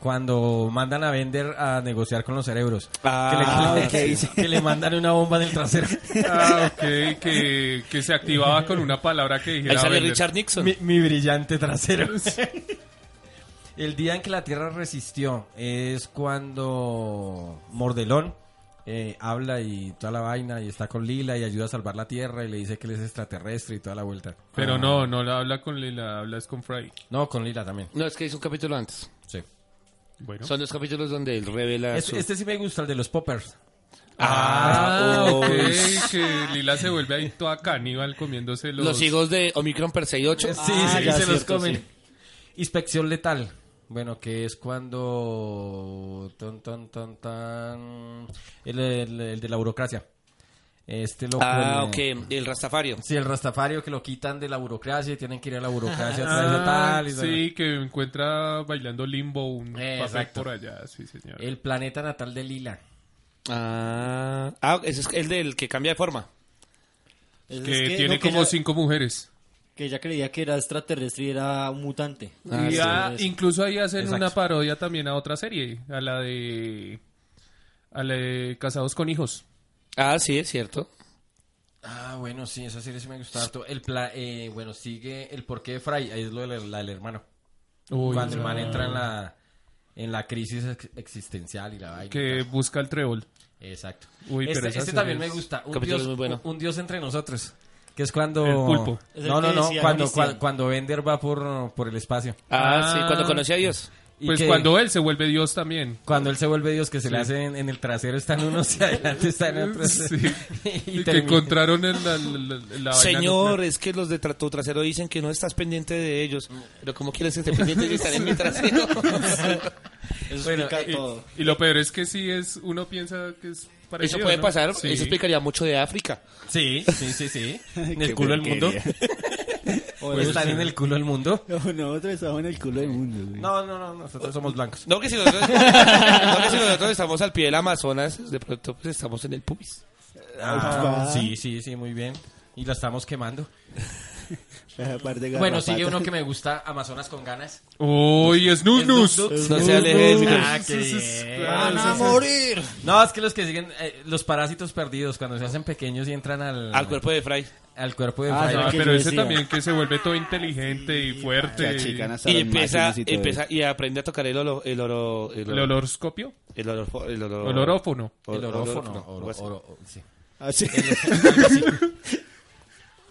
D: Cuando mandan a vender a negociar con los cerebros.
B: Ah,
D: que, le, que le- que le mandan una bomba en el trasero.
E: Ah, ok, que, que se activaba con una palabra que dijera.
B: Ahí sale
E: Bender.
B: Richard Nixon.
D: mi, mi brillante trasero. El día en que la Tierra resistió es cuando Mordelón eh, habla y toda la vaina y está con Lila y ayuda a salvar la Tierra y le dice que él es extraterrestre y toda la vuelta. Ah.
E: Pero no, no la habla con Lila, habla es con Fry.
D: No, con Lila también.
B: No, es que hizo un capítulo antes.
D: Sí.
E: Bueno.
B: Son los capítulos donde él revela
D: Es-
B: su...
D: este sí me gusta, el de los poppers.
E: Ah,
B: Ah,
E: ok,
B: uy.
E: que Lila se vuelve ahí toda caníbal comiéndose los...
B: Los higos de Omicron Persei 8.
D: Sí,
F: Ah,
D: sí,
F: ya,
D: se los
F: cierto,
D: comen.
F: sí.
D: Inspección letal. Bueno, que es cuando. Ton, ton, ton, tan. El, el- el de la burocracia. Este loco.
B: Ah,
D: el-
B: ok, el Rastafario.
D: Sí, el rastafario que lo quitan de la burocracia y tienen que ir a la burocracia otra vez a
E: Ah,
D: tal. y tal.
E: sí, que encuentra bailando limbo un
D: Eh,
E: papel
D: exacto.
E: por allá, sí señor.
D: El planeta natal de Lila.
B: Ah, ah, ese es el del que cambia de forma.
F: Es- es
E: que,
F: no,
E: tiene como
F: ella-
E: cinco mujeres.
F: Que ella creía que era extraterrestre y era un mutante.
E: y ah, incluso ahí hacen
D: Exacto.
E: una parodia también a otra serie, a la de... A la de Casados con Hijos.
B: Ah, sí, es cierto.
D: Ah, bueno, sí, esa serie sí me gusta harto. El pla- eh, bueno, sigue el porqué de Fry. Ahí es lo del, la del hermano.
E: Uy,
D: cuando el
E: esa-
D: man entra en la, en la crisis ex- existencial y la vaina.
E: Que busca el trébol.
D: Exacto.
E: Uy, pero
D: este
E: esa
D: este
E: serie
D: también
E: es-
D: me gusta. Un
B: Capítulo
D: dios,
B: muy bueno.
D: un, un dios entre nosotros. Que es cuando...
E: El pulpo.
F: Es el
D: No,
F: que
D: no, no.
F: decía
D: Cuando,
F: Cristian.
D: cua- cuando Bender va por, por el espacio.
B: Ah,
E: Ah.
B: sí, cuando conocí a Dios.
D: Y
E: Pues
D: que-
E: cuando él se vuelve Dios también.
D: Cuando él se vuelve Dios, que se le hace en, en el trasero, están unos y adelante están otros.
E: Sí.
D: y
E: Y que
D: termina-
E: encontraron en la, la- la- la vaina
B: Señor,
E: nuclear.
B: es que los de tra- tu trasero dicen que no estás pendiente de ellos. Pero ¿cómo quieres que esté pendiente de estar en mi trasero?
F: Eso
D: Bueno,
F: explica
E: Y-
F: todo.
E: Y, lo peor es que sí es, uno piensa que es parecido.
B: Eso puede
E: ¿no?
B: pasar,
E: Sí.
B: eso explicaría mucho de África.
D: Sí, sí, sí, sí. En
C: Qué
D: el culo del mundo.
C: porquería.
D: Pues están en el culo del mundo.
C: No, nosotros estamos en el culo del mundo, güey.
D: No, no, no, nosotros somos blancos.
B: No que, si nosotros, no que si nosotros estamos al pie del Amazonas, de pronto pues estamos en el pubis.
D: Ah,
C: Ah.
D: sí, sí, sí, muy bien. Y la estamos quemando.
C: Aparte de
D: Bueno, sigue
C: garrapata.
D: uno que me gusta, Amazonas con ganas.
E: ¡Uy, es Nus
D: Es
E: Nus!
D: Duk Duk.
B: No se aleje de mí.
D: Ah, qué
E: Sí, sí, sí,
D: bien.
E: claro, sí, sí.
F: morir!
D: No, es que los que siguen, eh, los parásitos perdidos, cuando se hacen pequeños y entran al,
B: Al cuerpo de Fray.
D: al cuerpo de
C: Ah,
D: Fry.
C: no,
E: Ah,
C: que
E: pero
C: yo
E: ese
C: decía.
E: también que se vuelve todo inteligente y
C: Se
E: fuerte. y-
C: achican hasta
B: Y
C: las
B: empieza,
C: máquinas y todo
B: empieza y aprende a tocar el oro, el oro, el
E: ¿El
B: oro,
E: olorscopio?
B: el oro, el oro-
E: Olorófono.
B: or-
D: El orófono.
B: oro-
D: oro-
B: algo así.
D: oro- o- sí.
C: eso. Ah, sí.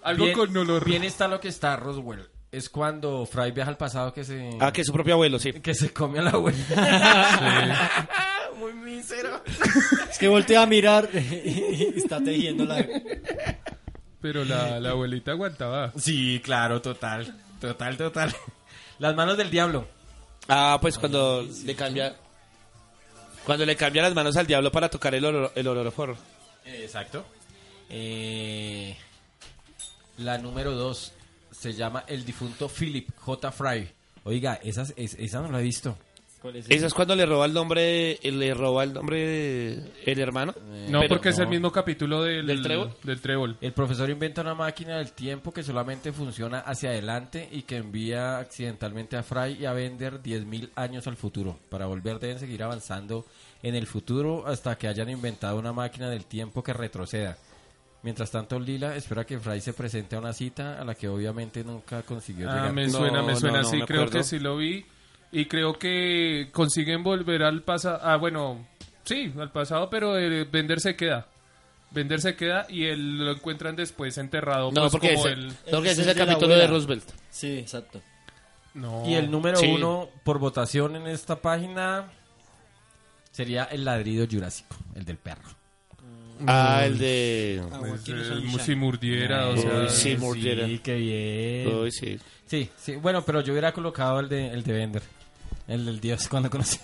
E: Algo
D: Bien-
E: con olor.
D: Bien está lo que está Roswell. Es cuando Fry viaja al pasado que se...
B: Ah, que es su propio abuelo, sí.
D: Que se come a la abuela. Muy mísero.
F: Es que voltea a mirar y está tejiendo la...
E: Pero la, la abuelita aguantaba.
D: Sí, claro, total. Total, total. Las manos del diablo.
B: Ah, pues cuando le cambia, cuando le cambia las manos al diablo para tocar el oro, el ororófono.
D: Exacto. Eh, la número dos se llama El difunto Philip J. Fry. Oiga, esa, es- esa no la he visto.
F: ¿Cuál es
B: Eso es cuando le roba el nombre, le roba el nombre de- el hermano.
D: Eh,
E: No,
B: Eh, Pero-
E: porque es el mismo capítulo del,
B: ¿Del trébol?
E: del trébol.
D: El profesor inventa una máquina del tiempo que solamente funciona hacia adelante y que envía accidentalmente a Fry y a Bender 10.000 años al futuro. Para volver deben seguir avanzando en el futuro hasta que hayan inventado una máquina del tiempo que retroceda. Mientras tanto, Lila espera que Fry se presente a una cita a la que obviamente nunca consiguió
E: Ah,
D: llegar.
E: me
B: No,
E: suena, me
B: no,
E: suena.
B: no
E: sí,
B: me
E: creo
B: acuerdo.
E: que sí lo vi. Y creo que consiguen volver al pasado. Ah, bueno, sí, al pasado, pero eh, Bender se queda. Bender se queda y él lo encuentran después enterrado.
B: No,
E: pues,
B: porque
E: como
B: ese,
E: el-
B: no, porque ese es el
F: de la
B: capítulo de
F: abuela.
B: Roosevelt.
F: Sí, exacto.
E: No.
D: Y el número
B: Sí.
D: uno por votación en esta página sería el ladrido jurásico, el del perro.
B: Ah, el de...
E: Pues, eh, si murdiera, o
B: Uy,
E: sea,
B: sí,
E: es-
B: mordiera.
D: Sí, qué bien.
B: Uy, sí.
D: Sí, sí, bueno, pero yo hubiera colocado el de, el de Bender. El del dios cuando conocí.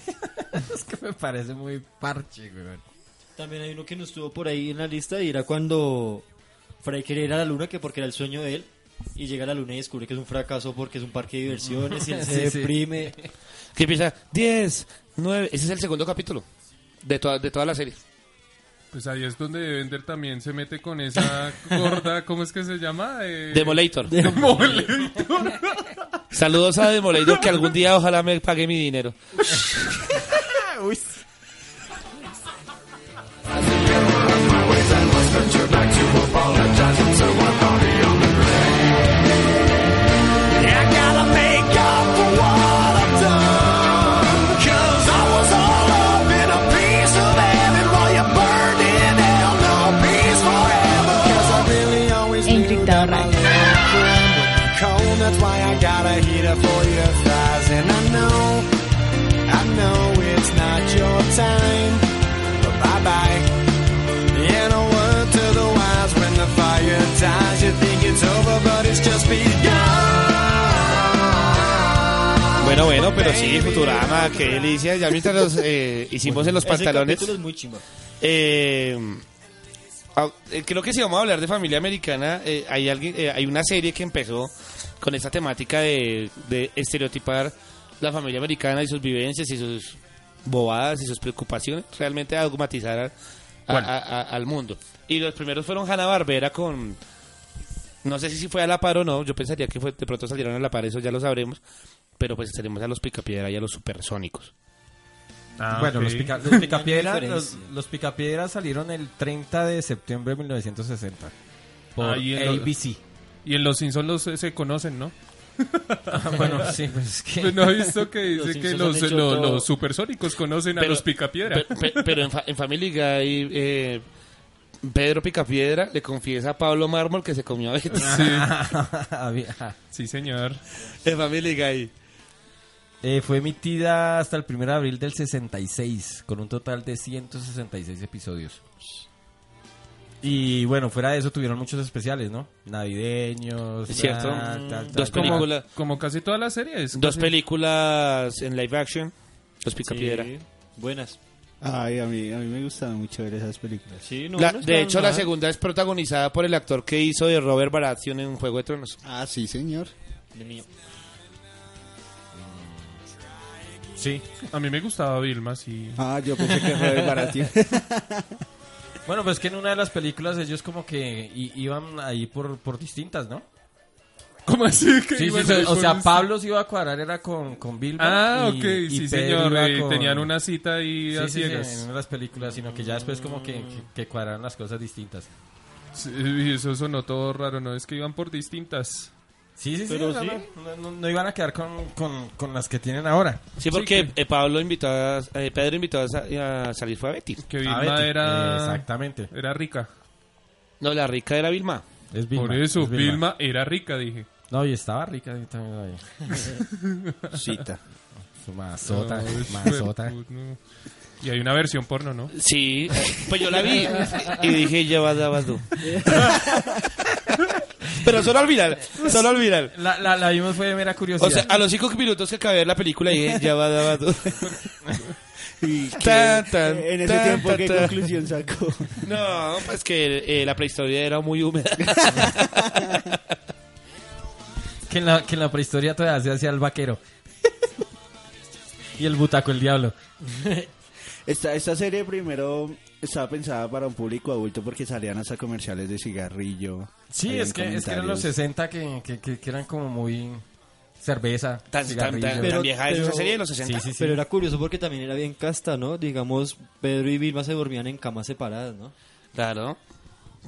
D: es que me parece muy parche, güey.
F: También hay uno que no estuvo por ahí en la lista y era cuando Fry quería ir a la luna, que porque era el sueño de él, y llega a la luna y descubre que es un fracaso porque es un parque de diversiones y él se
D: Sí, sí.
F: deprime.
B: Que empieza 10, 9. Ese es el segundo capítulo de toda, de toda la serie.
E: Pues ahí es donde Bender también se mete con esa gorda, ¿cómo es que se llama? Eh,
B: Demolator.
E: Demolator.
B: Saludos a Demolator que algún día ojalá me pague mi dinero.
G: I gotta make up for what I've done. 'Cause I was all up in a piece of heaven while you burned in hell. No peace forever. 'Cause I really always knew that my little friend would be cold. That's why I got a heater for your thighs. And I know, I know it's not your time. But bye bye. And a word to the wise when the fire dies. You think it's over, but it's just begun.
B: Bueno, bueno, pero sí, Futurama, qué delicia. Ya mientras los eh, hicimos en los
F: Ese
B: pantalones.
F: capítulo es muy chimba.
B: Eh, ah, eh, creo que si vamos a hablar de familia americana, eh, hay alguien, eh, hay una serie que empezó con esta temática de, de estereotipar la familia americana y sus vivencias y sus bobadas y sus preocupaciones, realmente a dogmatizar a- a- a- a- al mundo. Y los primeros fueron Hanna Barbera con no sé si fue a la par o no, yo pensaría que fue, de pronto salieron a la par, eso ya lo sabremos, pero pues estaremos a los picapiedra y a los supersónicos.
E: Ah,
D: bueno, los, pica- los picapiedra, los,
F: diferencia.
D: los picapiedra salieron el 30 de septiembre de 1960 por
E: Ahí Ah, en lo-
D: ABC.
E: Y en Los Simpsons los, eh, se conocen, ¿no?
D: Ah, bueno, sí, pues es que...
E: ¿No has visto que
F: Los
E: dice que
F: Simpsons
E: los,
F: han hecho
E: los-
F: todo.
E: los supersónicos conocen a los picapiedra?
B: pe- pe- pero en, fa- en Family Guy, eh, Pedro Picapiedra le confiesa a Pablo Mármol que se comió a Betty.
E: sí,
F: Ah,
D: Había-
E: sí, señor.
B: en Family Guy.
D: Eh, fue emitida hasta el 1 de abril del 66, con un total de 166 episodios. Y bueno, fuera de eso tuvieron muchos especiales, ¿no? Navideños.
B: Es cierto. Mm, Dos
E: Como,
D: tal.
B: Película.
E: como casi todas las series.
B: Dos
E: casi-
B: películas en live action. Los Picapiedra.
F: Sí, buenas.
C: Ay, a mí, a mí me gustaban mucho ver esas películas.
F: Sí, no,
B: La-
F: no
B: de
F: estaban
B: hecho, la
F: mal.
B: segunda es protagonizada por el actor que hizo de Robert Baratheon en Juego de Tronos.
C: Ah, sí, señor.
F: Dios mío.
D: Sí.
E: A mí me gustaba Vilma, sí.
C: Ah, yo pensé que fue para ti.
D: Bueno, pues que en una de las películas ellos como que i- iban ahí por, por distintas, ¿no?
E: ¿Cómo así? que
D: Sí, sí,
E: iban
D: sí,
E: a ir
D: o
E: con
D: sea,
E: un-
D: Pablo se iba a cuadrar era con, con Bilbo.
E: Ah,
D: y-
E: ok,
D: y
E: sí,
D: Pedro
E: señor.
D: iba
E: eh,
D: con-
E: Tenían una cita ahí
D: Sí,
E: a
D: sí, sí,
E: ciegas.
D: en las películas, sino que ya después como que, que, que cuadraron las cosas distintas.
E: Sí, y eso sonó todo raro, ¿no? Es que iban por distintas.
D: Sí, sí, sí,
F: Pero
D: o sea,
F: sí.
D: No, no- no iban a quedar con, con- con las que tienen ahora.
B: Sí, porque eh, Pablo invitó a, eh, Pedro invitó a, sa- a salir fue a Betty.
E: Que
D: A
E: Vilma
D: Betty.
E: era...
D: Exactamente.
E: Era rica.
B: No, la rica era Vilma.
D: Es Vilma,
E: por eso,
D: es
E: Vilma. era rica, dije.
D: No, y estaba rica y también ahí.
C: Cita.
D: Su mazota,
E: Ay,
D: mazota.
E: superput, no. Y hay una versión porno, ¿no?
B: Sí, eh, pues yo la vi y dije, ya vas, ya vas tú. Pero solo al viral, solo al viral.
D: La, la, la vimos fue de mera curiosidad.
B: O sea, a los cinco minutos que acabé de ver la película dije, ya vas, ya vas tú.
C: Y que-
B: Tan, tan,
C: en ese
B: tan,
C: tiempo,
B: tan,
C: ¿qué
B: tan.
C: conclusión sacó?
B: No, pues que eh, la prehistoria era muy húmeda.
D: Que en, la, que en la prehistoria todavía se hacía el vaquero. y el butaco, el diablo.
C: Esta, esta serie primero estaba pensada para un público adulto porque salían hasta comerciales de cigarrillo.
D: Sí,
C: Habían
D: es que, es que eran los
C: comentarios.
D: 60 que, que, que- que eran como muy cerveza,
B: Tan, tan, tan,
D: cigarrillo.
B: tan
F: Pero-
B: vieja es
F: pero-
B: esa serie de los 60.
D: Sí, sí, sí.
F: Pero era curioso porque también era bien casta, ¿no? Digamos, Pedro y Vilma se dormían en camas separadas, ¿no?
B: Claro,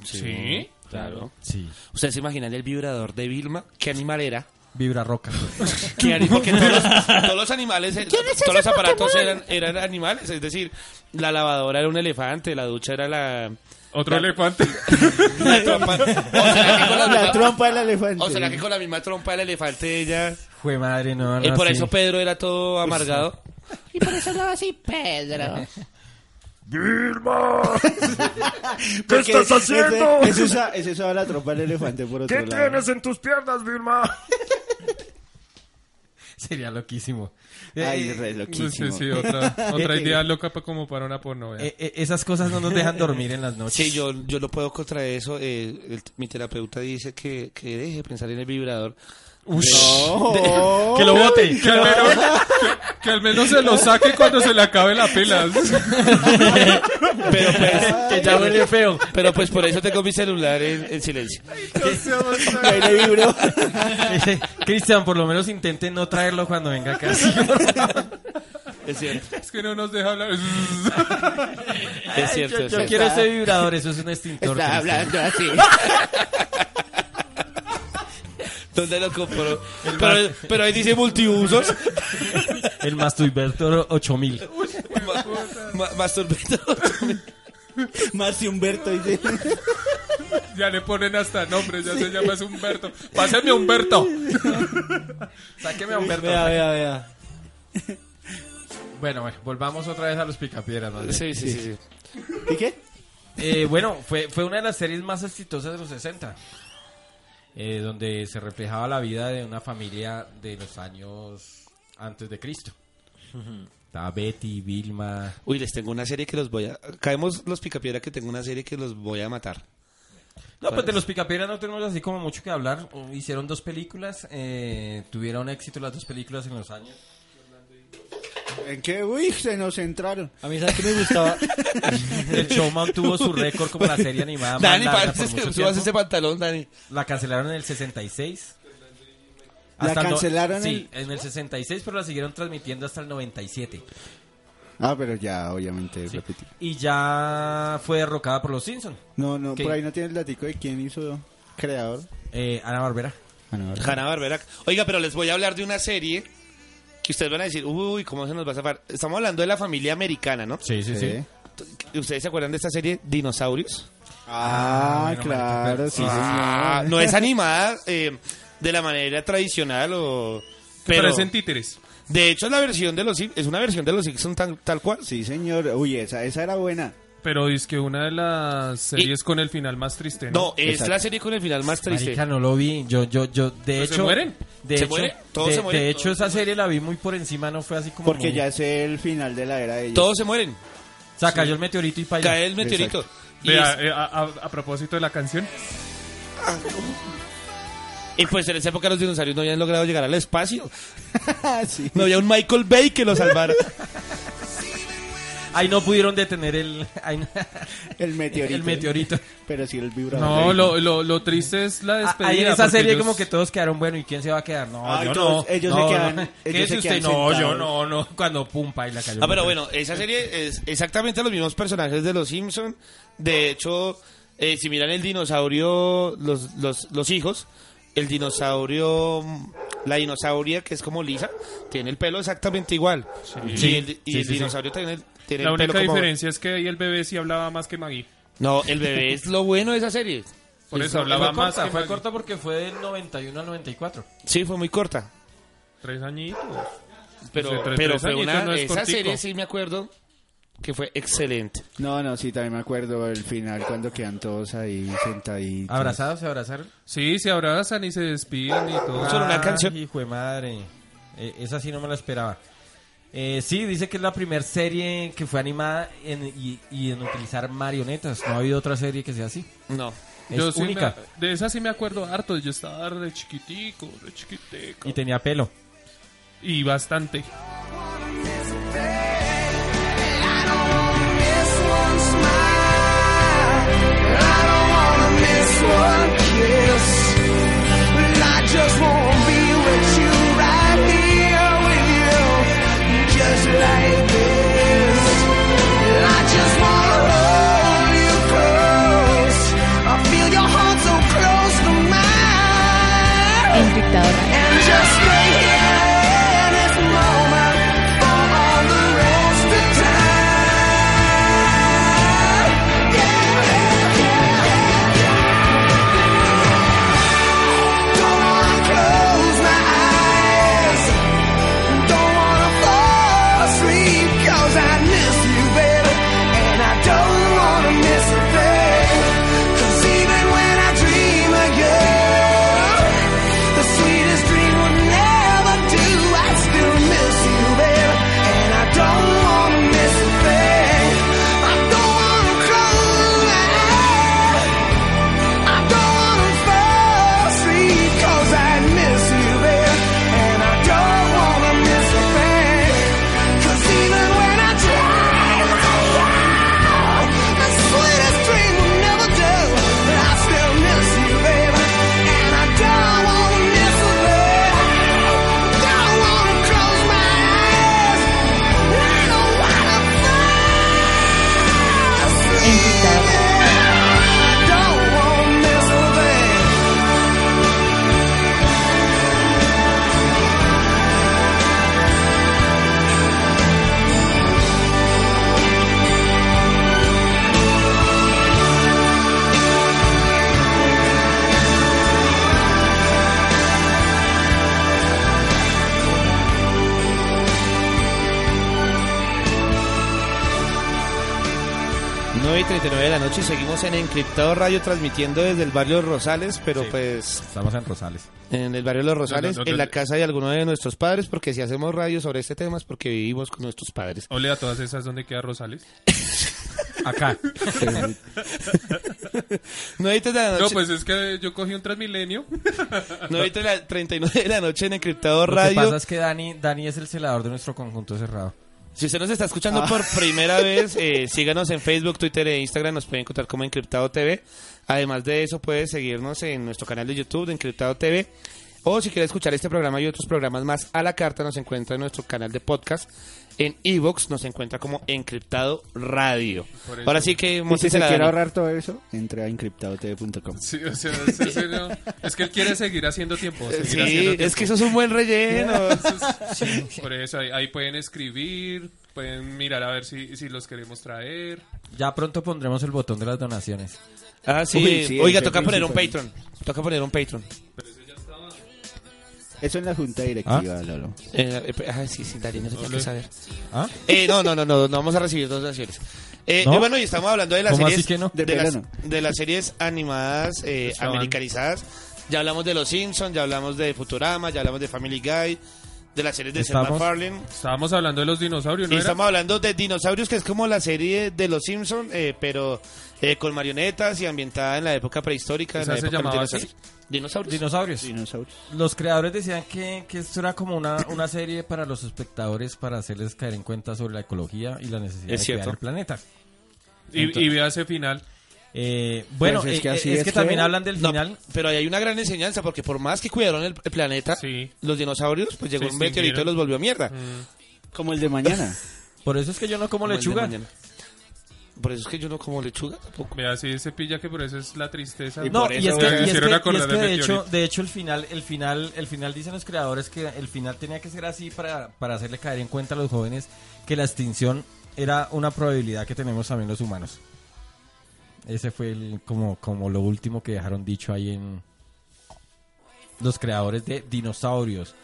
E: Sí.
B: claro.
D: Sí.
B: ¿Usted se imaginan el vibrador de Vilma? ¿Qué animal era?
D: Vibra roca.
B: Que ani- porque todos los, todos los animales, eh, todos los aparatos eran, eran animales, es decir, la lavadora era un elefante, la ducha era la...
E: Otro
B: La-
E: elefante.
B: la trompa. O sea, que con la,
C: La
B: misma-
C: trompa del elefante.
B: o sea, que con la misma trompa del elefante ella...
D: Jue madre, no, no.
B: y por
D: Ah, sí.
B: eso Pedro era todo amargado.
I: Y por eso hablaba así, Pedro.
C: ¿Qué estás haciendo? Es esa, es esa la trompa del elefante por otro lado.
E: en tus piernas, Vilma?
D: Sería loquísimo. Eh,
C: Ay,
D: eh,
C: re
E: Sí,
C: loquísimo.
E: sí, sí, otra, otra idea loca pa- como para una porno. vea.
D: eh, eh, esas cosas no nos dejan dormir en las noches.
B: Sí, yo, yo no puedo contra eso. eh, el- mi terapeuta dice que, que deje de pensar en el vibrador.
C: Oh,
D: Que lo bote.
E: Que al, menos, que- que al menos se lo saque cuando se le acabe la pila.
B: Pero pues,
D: que ya huele feo.
B: pero pues por eso tengo mi celular en- en silencio.
C: ahí le vibró.
D: Dice, Cristian, por lo menos intente no traerlo cuando venga acá.
B: Es cierto,
E: Es que no nos deja hablar.
B: es cierto.
D: Yo,
B: es
D: yo
B: cierto.
D: quiero ese vibrador, eso es un extintor.
C: Está
D: Cristian.
C: hablando así.
B: ¿Dónde lo compró? Pero, pero ahí dice multiusos.
D: El masturbator 8000.
B: Ma- ma- Masturbador.
C: Marci Humberto dice.
E: Ya le ponen hasta nombre, ya se llama es Humberto. Páseme a Humberto.
D: Sáqueme a Humberto.
F: Vea, vea, vea.
D: Bueno, bueno, volvamos otra vez a los picapiedras. más
B: Sí,
D: bien.
B: sí, sí. sí.
C: ¿Y qué?
D: Eh, bueno, fue, fue una de las series más exitosas de los 60. eh, donde se reflejaba la vida de una familia de los años antes de Cristo. Estaba Betty, Vilma.
B: Uy, les tengo una serie que los voy a. Caemos los picapiedra que tengo una serie que los voy a matar.
D: No, pues de los Picapiedras no tenemos así como mucho que hablar. Hicieron dos películas, eh, tuvieron éxito las dos películas en los años.
C: ¿En qué? Uy, se nos entraron.
F: A mí, ¿sabes qué me gustaba?
D: El show mantuvo su récord como la serie animada más
B: Dani,
D: larga
B: parece
D: por mucho
B: que subas
D: tiempo.
B: ese pantalón, Dani.
D: La cancelaron en el 66.
C: La
D: Hasta el no-
C: cancelaron
D: sí, en el 66, pero la siguieron transmitiendo hasta el 97.
C: Ah, pero ya, obviamente, repetí.
D: Y ya fue derrocada por los Simpsons.
C: No, no,
D: ¿Qué?
C: por ahí no tiene el datico de quién hizo creador.
D: Eh, Ana Barbera.
B: Hanna Barbera. Oiga, pero les voy a hablar de una serie que ustedes van a decir, uy, ¿cómo se nos va a zafar? Estamos hablando de la familia americana, ¿no?
D: Sí, sí,
C: Sí.
B: ¿Ustedes se acuerdan de esta serie Dinosaurios?
C: Ah,
D: bueno,
C: claro, sí,
B: Ah,
C: señor.
B: no es animada eh, de la manera tradicional o.
E: Pero
B: Pero,
E: es en títeres.
B: De hecho, la versión de los Sim- es una versión de los Simpsons tan- tal cual.
C: Sí, señor. Uy, esa, esa era buena.
E: Pero es que una de las series con el final más triste.
B: No,
E: No,
B: es
C: Exacto.
B: la serie con el final más triste.
D: Marica, no lo vi. Yo, yo, yo, de
E: ¿Se
D: hecho.
E: mueren?
D: De
B: ¿Se
D: hecho,
B: mueren? Todos
D: de,
B: se mueren,
D: de hecho,
B: todos
D: esa serie la vi muy por encima, no fue así como.
C: Porque
D: muy-
C: ya es el final de la era de ellos.
B: Todos se mueren.
D: O sea, cayó el meteorito y para
B: Cae el meteorito. Y,
E: Vea,
B: es-
E: eh, a, a- a propósito de la canción,
B: y pues en esa época los dinosaurios no habían logrado llegar al espacio.
C: Ah, sí.
B: No había un Michael Bay que lo salvara.
D: Ahí no pudieron detener el. ahí no-
C: El meteorito.
D: El meteorito.
C: Pero sí el vibrador.
E: no,
C: Ahí.
E: lo, lo, lo triste es
B: Ah,
E: la despedida.
D: Ahí en Ah, esa
E: porque
D: serie
E: ellos-
D: como que todos quedaron, bueno, ¿y quién se va a quedar? No,
C: Ah,
D: yo
C: todos-
D: no.
C: ellos
D: no,
C: se quedan-
D: no.
C: ellos
D: ¿Qué
C: se
D: dice
C: quedan
D: usted? No, yo
C: sentados.
D: no, no. Cuando pum, paila cayó. el
B: Ah, pero
D: meteorito.
B: bueno, esa serie es exactamente los mismos personajes de los Simpson. De hecho, eh, si miran el dinosaurio, los, los, los hijos, el dinosaurio, la dinosauria que es como lisa, tiene el pelo exactamente igual. Y el, y
D: Sí,
B: el
D: sí, sí.
B: dinosaurio tiene, tiene
E: La
B: el pelo
E: única
B: como...
E: diferencia es que ahí el bebé sí hablaba más que Maggie.
B: No, el bebé es lo bueno de esa serie.
E: Por eso,
D: Fue
E: hablaba más
D: corta,
E: que
D: Fue
E: Maggie.
D: corta porque fue del 91 al 94.
B: Sí, fue muy corta.
E: Tres añitos.
B: Pero,
E: Pues de tres-
B: pero
E: tres
B: fue
E: añitos
B: una...
E: no es
B: esa
E: cortico.
B: serie sí me acuerdo que fue excelente.
C: No, no, sí, también me acuerdo el final cuando quedan todos ahí sentaditos.
D: ¿Abrazados? ¿Se abrazaron?
E: Sí, se abrazan y se despiden y todo.
B: Solo una
D: Ah,
B: canción.
D: Hijo de madre. Eh, esa sí no me la esperaba. Eh, sí, dice que es la primera serie que fue animada en, y, y en utilizar marionetas. No ha habido otra serie que sea así.
B: No.
D: Es
E: Yo sí me-
D: única.
E: de esa sí me acuerdo harto. Yo estaba re chiquitico, re chiquitico.
D: Y tenía pelo.
E: Y bastante.
J: Encriptado Radio.
G: Cause I miss you, baby, and I don't wanna miss a thing. 'Cause even when I dream of you, the sweetest dream would never do. I still miss you, baby, and I don't wanna miss a thing. I don't wanna close my eyes. I don't wanna fall asleep 'cause I miss you, baby, and I don't wanna miss a thing. 'Cause even when I dream of you, the sweetest dream will never do. But I still miss you, baby, and I don't wanna miss a thing. Don't wanna close my eyes. I don't wanna fall asleep.
J: Encriptado.
G: Don't wanna miss a thing.
B: nueve y 39 de la noche y seguimos en Encriptado Radio transmitiendo desde el barrio Rosales, pero pues
D: Estamos en Rosales.
B: en el barrio de Los Rosales,
E: no, no,
B: en la
E: no.
B: casa de alguno de nuestros padres, porque si hacemos radio sobre este tema es porque vivimos con nuestros padres.
E: Ole a todas esas donde queda Rosales.
D: Acá.
B: 9 y 30 de la
E: No,
B: noche,
E: pues es que yo cogí un Transmilenio.
B: nueve y 39 de la noche en Encriptado
D: Lo que pasa
B: Radio.
D: es que Dani, Dani es el celador de nuestro conjunto cerrado.
B: Si usted nos está
C: Ah.
B: escuchando por primera vez, eh, síganos en Facebook, Twitter e Instagram, nos pueden encontrar como Encriptado TV. Además de eso, puede seguirnos en nuestro canal de YouTube de Encriptado TV. O si quiere escuchar este programa y otros programas más a la carta, nos encuentra en nuestro canal de podcast. En Evox nos encuentra como Encriptado Radio.
E: Por eso.
B: Ahora sí que
C: Y si se
B: montísela,
C: quiere
B: Dani.
C: ahorrar todo eso, entre a encriptadotv.com.
E: Sí, o sea, es, en serio. Es que él quiere seguir haciendo tiempo. seguir haciendo
B: Eh, Sí,
E: tiempo.
B: es que eso es un buen relleno.
E: Sí, Por eso ahí, ahí pueden escribir, pueden mirar a ver si, si los queremos traer.
D: Ya pronto pondremos el botón de las donaciones.
B: Ah, sí.
C: Uy, sí,
B: Oiga,
C: el
B: toca
C: Patreon
B: poner un
C: sí, también.
B: Patreon. Toca poner un Patreon.
C: Eso en la junta directiva, Lolo.
B: Eh, eh, ah, sí, sí, Darío, no tenía que saber.
D: ¿Ah?
B: Eh, no, no, no, no, no vamos a recibir dos donaciones. Eh,
D: ¿No?
B: y bueno, y estamos hablando de las
D: ¿Cómo así
B: series
D: que no?
C: De
B: de, las,
C: verano.
B: de las series animadas eh,
E: Estaban.
B: americanizadas. Ya hablamos de Los Simpsons, ya hablamos de Futurama, ya hablamos de Family Guy, de las series de Seth
D: Estamos-
B: MacFarlane.
E: Estábamos hablando de los dinosaurios,
B: Y
E: ¿no? era?
B: estamos hablando de dinosaurios, que es como la serie de Los Simpsons, pero eh, con marionetas y ambientada en la época prehistórica. en
E: ¿Esa
B: la
E: se
B: época de los
E: llamaba
B: dinosaurios. Dinosaurios.
D: Dinosaurios.
C: Dinosaurios.
D: Los creadores decían que, que esto era como una, una serie para los espectadores para hacerles caer en cuenta sobre la ecología y la necesidad
B: Es
D: de
B: cierto.
D: cuidar el planeta.
E: Y, y vea ese final.
D: Eh, bueno,
C: Pues es
D: eh, eh, es
C: que
D: que,
C: así es que-
D: también hablan del
B: No,
D: final.
B: pero ahí hay una gran enseñanza, porque por más que cuidaron el, el planeta,
E: Sí.
B: los dinosaurios, pues llegó
E: Se
B: un meteorito y
E: extinguieron.
B: los volvió mierda.
C: Como el de mañana.
D: Por eso Mm. es que yo no como
B: Como el de
D: lechuga.
B: mañana.
D: eh,
B: Por eso es que yo no como lechuga tampoco.
E: Vea si ese pilla que por eso es la tristeza.
D: No,
B: por
D: y es
B: eso
D: que,
E: me
D: y es
E: hicieron
D: que-
E: acordar
D: y es que
E: del
D: de hecho,
E: meteorito.
D: de hecho el final, el final, el final dicen los creadores que el final tenía que ser así para, para hacerle caer en cuenta a los jóvenes que la extinción era una probabilidad que tenemos también los humanos. Ese fue el, como, como lo último que dejaron dicho ahí en los creadores de dinosaurios.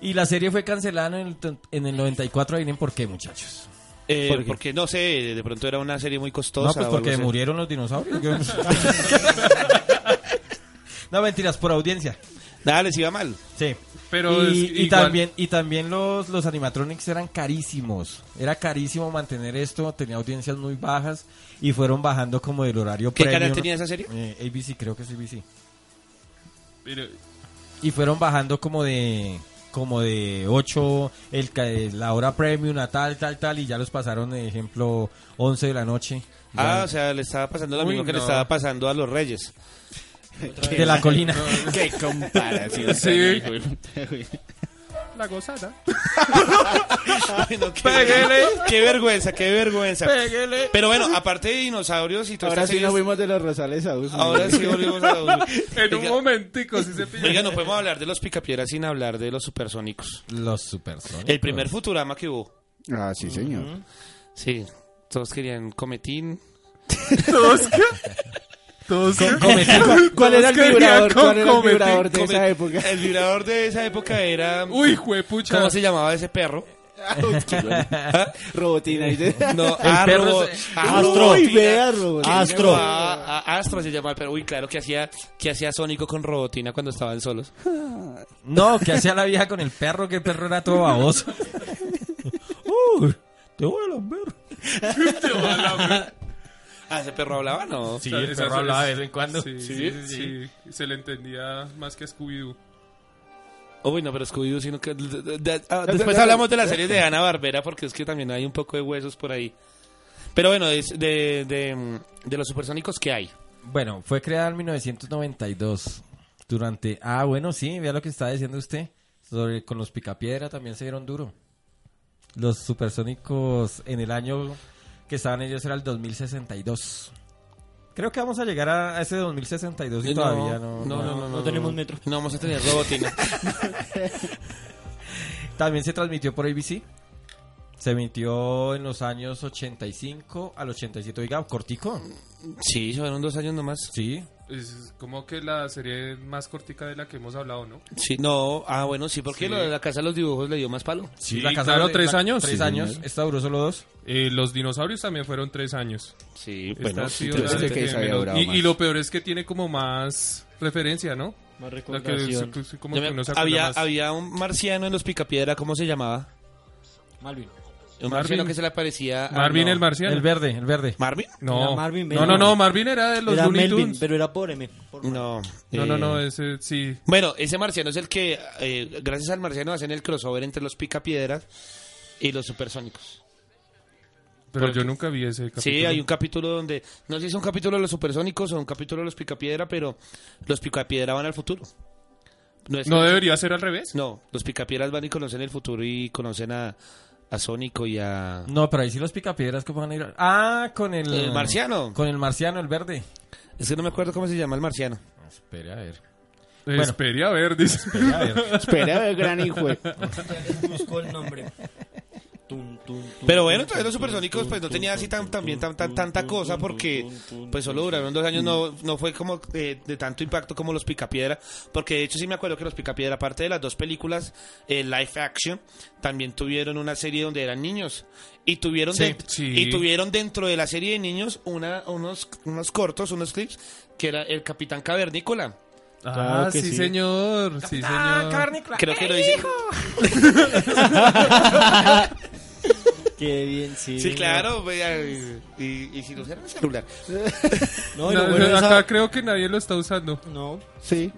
D: Y la serie fue cancelada en el, ton- en el 94, adivinen por qué, muchachos.
B: Eh,
D: ¿Por qué?
B: porque no sé, de pronto era una serie muy costosa.
D: No, pues
B: o
D: porque
B: algo así.
D: murieron los dinosaurios. Yo no sé. no, mentiras, por audiencia.
B: Nada, les iba mal.
D: Sí.
E: Pero
D: y,
E: es
D: y
E: igual-
D: también, y también los, los animatronics eran carísimos. Era carísimo mantener esto, tenía audiencias muy bajas y fueron bajando como del horario
B: ¿Qué
D: premium.
B: canal tenía esa serie?
D: Eh, ABC, creo que es ABC.
E: Mire,
D: Y fueron bajando como de como de 8, el, ca- eh, la hora premium, a tal, tal, tal, y ya los pasaron, ejemplo, 11 de la noche.
B: Ah,
D: Ya-
B: o sea, le estaba pasando lo
E: Uy,
B: mismo que le
E: no.
B: estaba pasando a los Reyes.
D: de la colina.
C: Qué comparación.
E: Sí.
C: güey.
E: La gozada.
B: Ay, no, qué, vergüenza, qué vergüenza, qué vergüenza.
D: Pégale.
B: Pero bueno, aparte de dinosaurios y todas
C: Ahora
B: estas
C: sí nos
B: series-
C: fuimos de los Rosales a Usme.
B: Ahora sí volvimos a...
E: En un
B: Oiga-
E: momentico, si se pilla.
B: Oiga, no podemos hablar de los picapiedras sin hablar de los supersónicos.
D: Los supersónicos.
B: El primer Futurama que hubo.
C: Ah, sí, señor.
B: Sí, todos querían cometín.
E: ¿Todos qué? ¿Todos qué?
C: ¿Cuál, cuál era el
E: Todos querían
C: vibrador?
E: con
C: ¿Cuál era el
E: cometín,
C: vibrador de
B: Come-
C: esa época?
B: El vibrador de esa época era...
E: Uy, juepucha.
B: ¿Cómo se llamaba ese perro?
C: Robotina.
B: No, ah,
D: perro
B: Robo-
D: es-
B: ah,
F: Astro.
B: Robotina.
C: Uy, vea, Robotina.
F: Astro.
B: Ah, ah, Astro se llamaba el perro. Uy, claro, que hacía, que hacía Sónico con Robotina cuando estaban solos. Uh.
D: No, que hacía la vieja con el perro, que el perro era todo baboso. Uy, te voy a lamber.
B: Ah, ese perro hablaba, ¿no?
D: Sí,
E: O sea,
D: el
E: esa-
D: perro hablaba de
E: es-
D: vez en cuando.
E: Sí,
B: Sí,
E: sí, sí, sí. Se le entendía más que a Scooby-Doo.
B: Uy, no, Oh, pero Scooby-Doo, sino que... de- de- de- ah, después hablamos de la serie de Ana Barbera, porque es que también hay un poco de huesos por ahí. Pero bueno, es de, de, mm, de los supersónicos, ¿qué hay?
D: Bueno, fue creada en 1992. Durante. Ah, bueno, sí, vea lo que estaba diciendo usted. Sobre, con los picapiedra también se dieron duro. Los supersónicos en el año que estaban ellos era el 2062. Creo que vamos a llegar a a ese 2062 y
B: No,
D: todavía no-
B: no, no,
F: No tenemos metro.
B: No vamos a tener robotina.
D: También se transmitió por ABC. Se emitió en los años 85 al 87. Oiga, cortico.
B: sí, fueron dos años nomás.
D: Sí.
E: Es como que la serie más cortica de la que hemos hablado, ¿no?
B: Sí, no, ah, bueno, sí, porque
E: Sí.
B: lo de la casa de los dibujos le dio más palo.
E: Sí, claro,
D: de-
E: tres
D: la-
E: años.
D: Tres
E: Sí,
D: años.
E: señor.
D: Esta duró solo dos.
E: Eh, los dinosaurios también fueron tres años.
B: Sí,
E: Esta ha sido la
C: interesante
E: de
C: que
E: que
C: esa haya
E: menos-
C: durado
E: y,
C: más.
E: y lo peor es que tiene como más referencia, ¿no?
F: Más
E: La que es-
F: recordación.
E: es como
B: Yo
E: que
B: me-
E: uno se acuerda
B: había,
E: más.
B: había un marciano en los Picapiedra, ¿cómo se llamaba?
F: Malvin.
B: Un
E: Marvin.
B: marciano que se le aparecía a...
E: Marvin
B: Ah, no.
E: el marciano.
D: El verde, el verde.
B: ¿Marvin?
E: no.
F: Era Marvin,
E: no, no, no, Marvin era de los
F: Era
E: Looney
F: Melvin,
E: Tunes.
F: pero era pobre, men. Por mal.
B: No.
E: No, no,
B: eh,
E: no, ese sí.
B: Bueno, ese marciano es el que, eh, gracias al marciano, hacen el crossover entre los picapiedras y los supersónicos.
E: Pero yo nunca vi ese capítulo.
B: Sí, hay un capítulo donde, no sé si es un capítulo de los supersónicos o un capítulo de los picapiedra, pero los picapiedra van al futuro. No, es-
E: ¿No debería ser al revés?
B: no, los picapiedras van y conocen el futuro y conocen a, a Sónico y a...
D: No, pero ahí sí los picapiedras que van a ir. a- Ah, con el.
B: El marciano.
D: Con el marciano, el verde.
B: Es que no me acuerdo cómo se llama el marciano.
D: Espere a ver.
E: Esperé a ver, dice.
D: Espere a ver.
C: Espera, gran hijo. de-
F: Ya les busco el nombre. Tum, tum, tum,
B: Pero
F: tum,
B: bueno,
F: tum,
B: todavía los
F: tum,
B: supersónicos
F: tum,
B: pues no
F: tum,
B: tenía
F: tum,
B: así tan,
F: tum,
B: también
F: tum,
B: tan, tan- tanta
F: tum,
B: cosa
F: tum,
B: porque
F: tum, tum,
B: pues solo
F: tum,
B: duraron dos años, no, no fue como eh, de tanto impacto como los Picapiedra, porque de hecho sí me acuerdo que los Picapiedra, aparte de las dos películas eh, live action, también tuvieron una serie donde eran niños y tuvieron
E: Sí,
B: dent-
E: sí.
B: y tuvieron dentro de la serie de niños una, unos, unos cortos, unos clips que era el Capitán Cavernícola.
E: Ah,
C: Claro que
E: sí,
C: sí.
E: señor. Sí,
F: Ah,
E: señor.
B: Creo que lo
F: ¡Eh,
B: hicieron.
F: Qué bien, sí.
B: Sí,
F: señor.
B: claro, vea, y, y- y si no será el celular.
F: No, y
E: No,
F: lo bueno de esa-
E: acá creo que nadie lo está usando.
F: No.
C: Sí.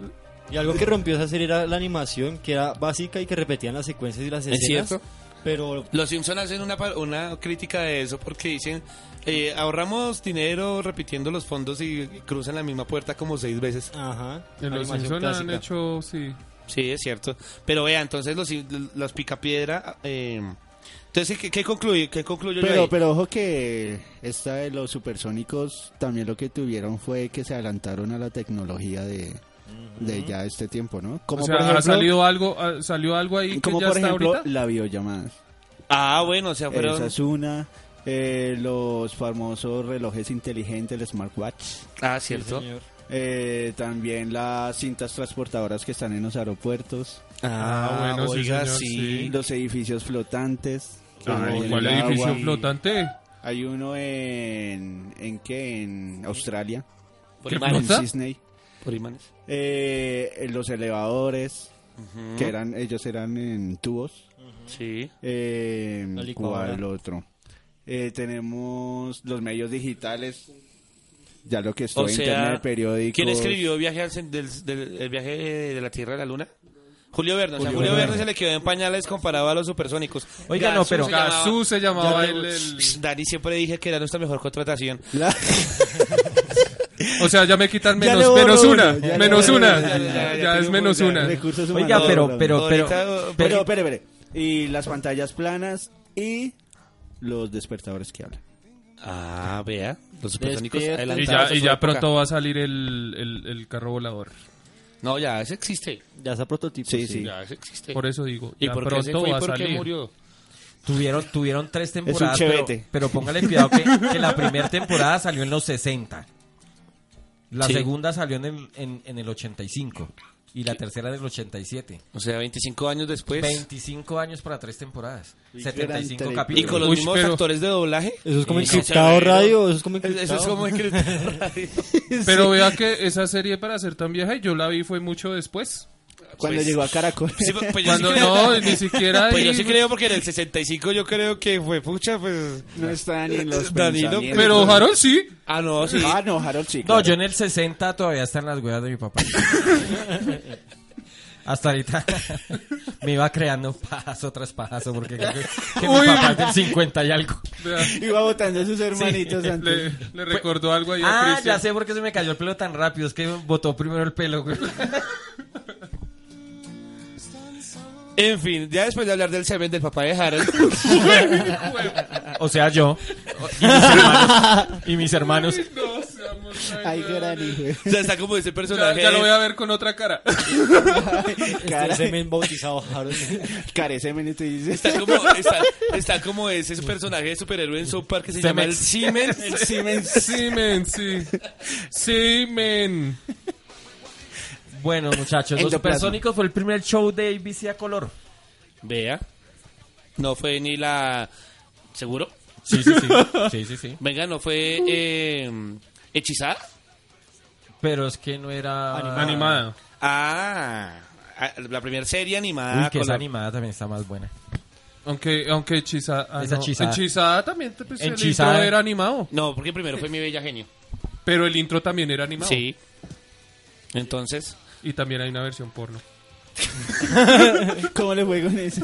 F: Y algo que rompió esa serie era la animación, que era básica y que repetían las secuencias y las
B: Es
F: escenas.
B: cierto.
F: Pero
B: Los Simpson hacen una, par- una crítica de eso porque dicen, eh, ahorramos dinero repitiendo los fondos y cruzan la misma puerta como seis veces.
F: Ajá.
E: En los
F: animación
E: Simpsons han
F: clásica.
E: hecho, sí.
B: Sí, es cierto. Pero vea, entonces los, los picapiedra... eh, entonces, ¿qué, qué, concluye, ¿qué concluyo yo ahí?
C: Pero, pero ojo que esta de los supersónicos también lo que tuvieron fue que se adelantaron a la tecnología de, de ya este tiempo, ¿no? Como
E: O sea,
C: por ejemplo,
E: ha salido algo, ah, salió algo ahí que
C: como
E: ya
C: por
E: está
C: ejemplo
E: ahorita.
C: la videollamada.
B: Ah, bueno, o sea, fueron...
C: Esa es una. eh, los famosos relojes inteligentes, el smartwatch.
B: Ah,
F: Sí,
B: cierto.
F: señor.
C: Eh, también las cintas transportadoras que están en los aeropuertos.
E: Ah, bueno, sí,
B: oiga,
E: señor, sí.
C: Los edificios flotantes.
E: Ah,
C: como en
E: ¿Cuál
C: el
E: edificio
C: agua.
E: flotante?
C: Hay uno en. ¿En qué? En Australia.
B: Por
E: ¿Qué
B: imanes.
C: en
E: flota?
C: Sydney.
B: Por imanes.
C: Eh, en los elevadores,
B: Ujú,
C: que eran, ellos eran en tubos.
B: Sí.
C: Eh,
F: La licuadora.
C: ¿Cuál otro? Eh, tenemos los medios digitales. Ya lo que es todo
B: O sea,
C: internet, periódicos.
B: ¿quién escribió viaje al, cen- del, del- el viaje de la Tierra a la Luna? Julio Verne, o sea,
C: Julio
B: Julio
C: Verne.
B: Verne se le quedó en pañales comparado a los supersónicos.
D: Oiga, no,
B: Gazú
D: pero-
B: se llamaba-
E: Gazú se llamaba
B: Ya
E: el-
B: le-
E: el...
B: Dani siempre dije que era nuestra mejor contratación.
C: La-
E: O sea, ya me quitan
C: Ya
E: menos,
C: le borro
E: menos
C: uno, ya
E: una.
C: le
E: menos
B: borro
E: una.
B: uno, ya,
E: Ya,
B: ya, ya
E: es
B: tiene
E: menos
B: un buen-
E: una.
C: recursos
D: Oiga,
C: humanos,
D: pero,
C: bro.
D: pero, pero,
B: Ahorita- pues,
C: Pero,
D: pero-
C: espere, espere. Y las pantallas planas y los despertadores que hablan.
B: Ah, vea, los supersónicos
F: Despierta.
E: Y
B: adelantados.
E: ya,
B: a
E: y
B: su
E: ya
B: época.
E: pronto va a salir el, el, el carro volador.
B: No, ya, ese existe.
F: Ya está prototipo.
C: Sí, sí.
B: Ya, ese existe.
E: Por eso digo,
B: ¿Y
E: ya
B: por qué se
E: pronto
B: fue y
E: va a
B: por qué
E: salir.
B: murió?
D: Tuvieron, tuvieron tres
C: un
D: temporadas. pero,
C: chevete.
D: pero póngale cuidado que, que la primera temporada salió en los 60. La
B: Sí.
D: segunda salió en el, en, en el 85. Y la tercera en el 87.
B: O sea, 25 años después.
D: 25 años para tres temporadas.
C: Y gran
D: 75
B: Y con
D: capítulos.
B: los
E: Uy,
B: mismos
E: pero-
B: actores de doblaje.
F: Eso es como
B: Sí,
F: encriptado
B: Chabelo.
F: radio, eso es como
B: Eh, Eso es
F: encriptado.
B: como encriptado radio.
E: Pero vea que esa serie para ser tan vieja, yo la vi fue mucho después.
C: Cuando
B: Pues-
C: llegó a Caracol.
B: Sí, pues yo
E: Cuando
B: sí creo-
E: no, ni siquiera
B: Pues
E: ahí,
B: yo sí
E: pues.
B: creo porque en el 65 yo creo que fue pucha, pues...
C: no está ni en los
B: Danilo, pues,
C: pensamientos.
E: Pero Harold sí.
B: Ah, no, sí.
C: Ah, no, Harold sí.
D: No,
C: claro.
D: yo en el 60 todavía están las huevas de mi papá. Hasta ahorita me iba creando pajazo tras pajazo porque creo que, que mi
E: Uy.
D: papá es del 50 y algo.
E: Vea,
C: Iba votando a sus hermanitos antes. Pues,
E: le, le recordó algo ahí a
D: Ah,
E: Cristian.
D: ya sé por qué se me cayó el pelo tan rápido. Es que botó primero el pelo, güey.
B: En fin, ya después de hablar del semen del papá de Harold,
D: O sea, yo. Y mis hermanos. Y mis hermanos.
E: Uy, no, seamos tan
C: Ay,
E: huevones.
C: gran hijo.
B: ya está como ese personaje.
E: Ya, ya lo
B: de-
E: voy a ver con otra cara.
C: Cara-
F: Este semen bautizado Harold.
C: Carece, men, y tú dices.
B: Está como, está, está como ese personaje de superhéroe en South Park que se llama el Siemens.
E: Simen, sí. Simen.
D: Bueno, muchachos, Los
C: Endoplasma.
D: Supersónicos fue el primer show de ABC a color.
B: Vea. No fue ni la... ¿Seguro?
D: Sí, sí, sí. Sí, sí, sí.
B: Venga, no fue... Eh, ¿Hechizada?
D: Pero es que no era.
E: Animado.
B: Ah, ah, la primera serie animada.
D: Uy, que
B: con
D: esa
B: la-
D: Ah, animada también está más buena.
E: Aunque, aunque hechizada. ah,
D: Esa
E: no.
D: hechizada.
E: Hechizada también pues, el
D: Hechizada.
E: intro era animado.
B: No, porque primero fue Mi Bella Genio.
E: Pero el intro también era animado.
B: Sí. Entonces...
E: Y también hay una versión porno.
C: ¿Cómo le juego en eso?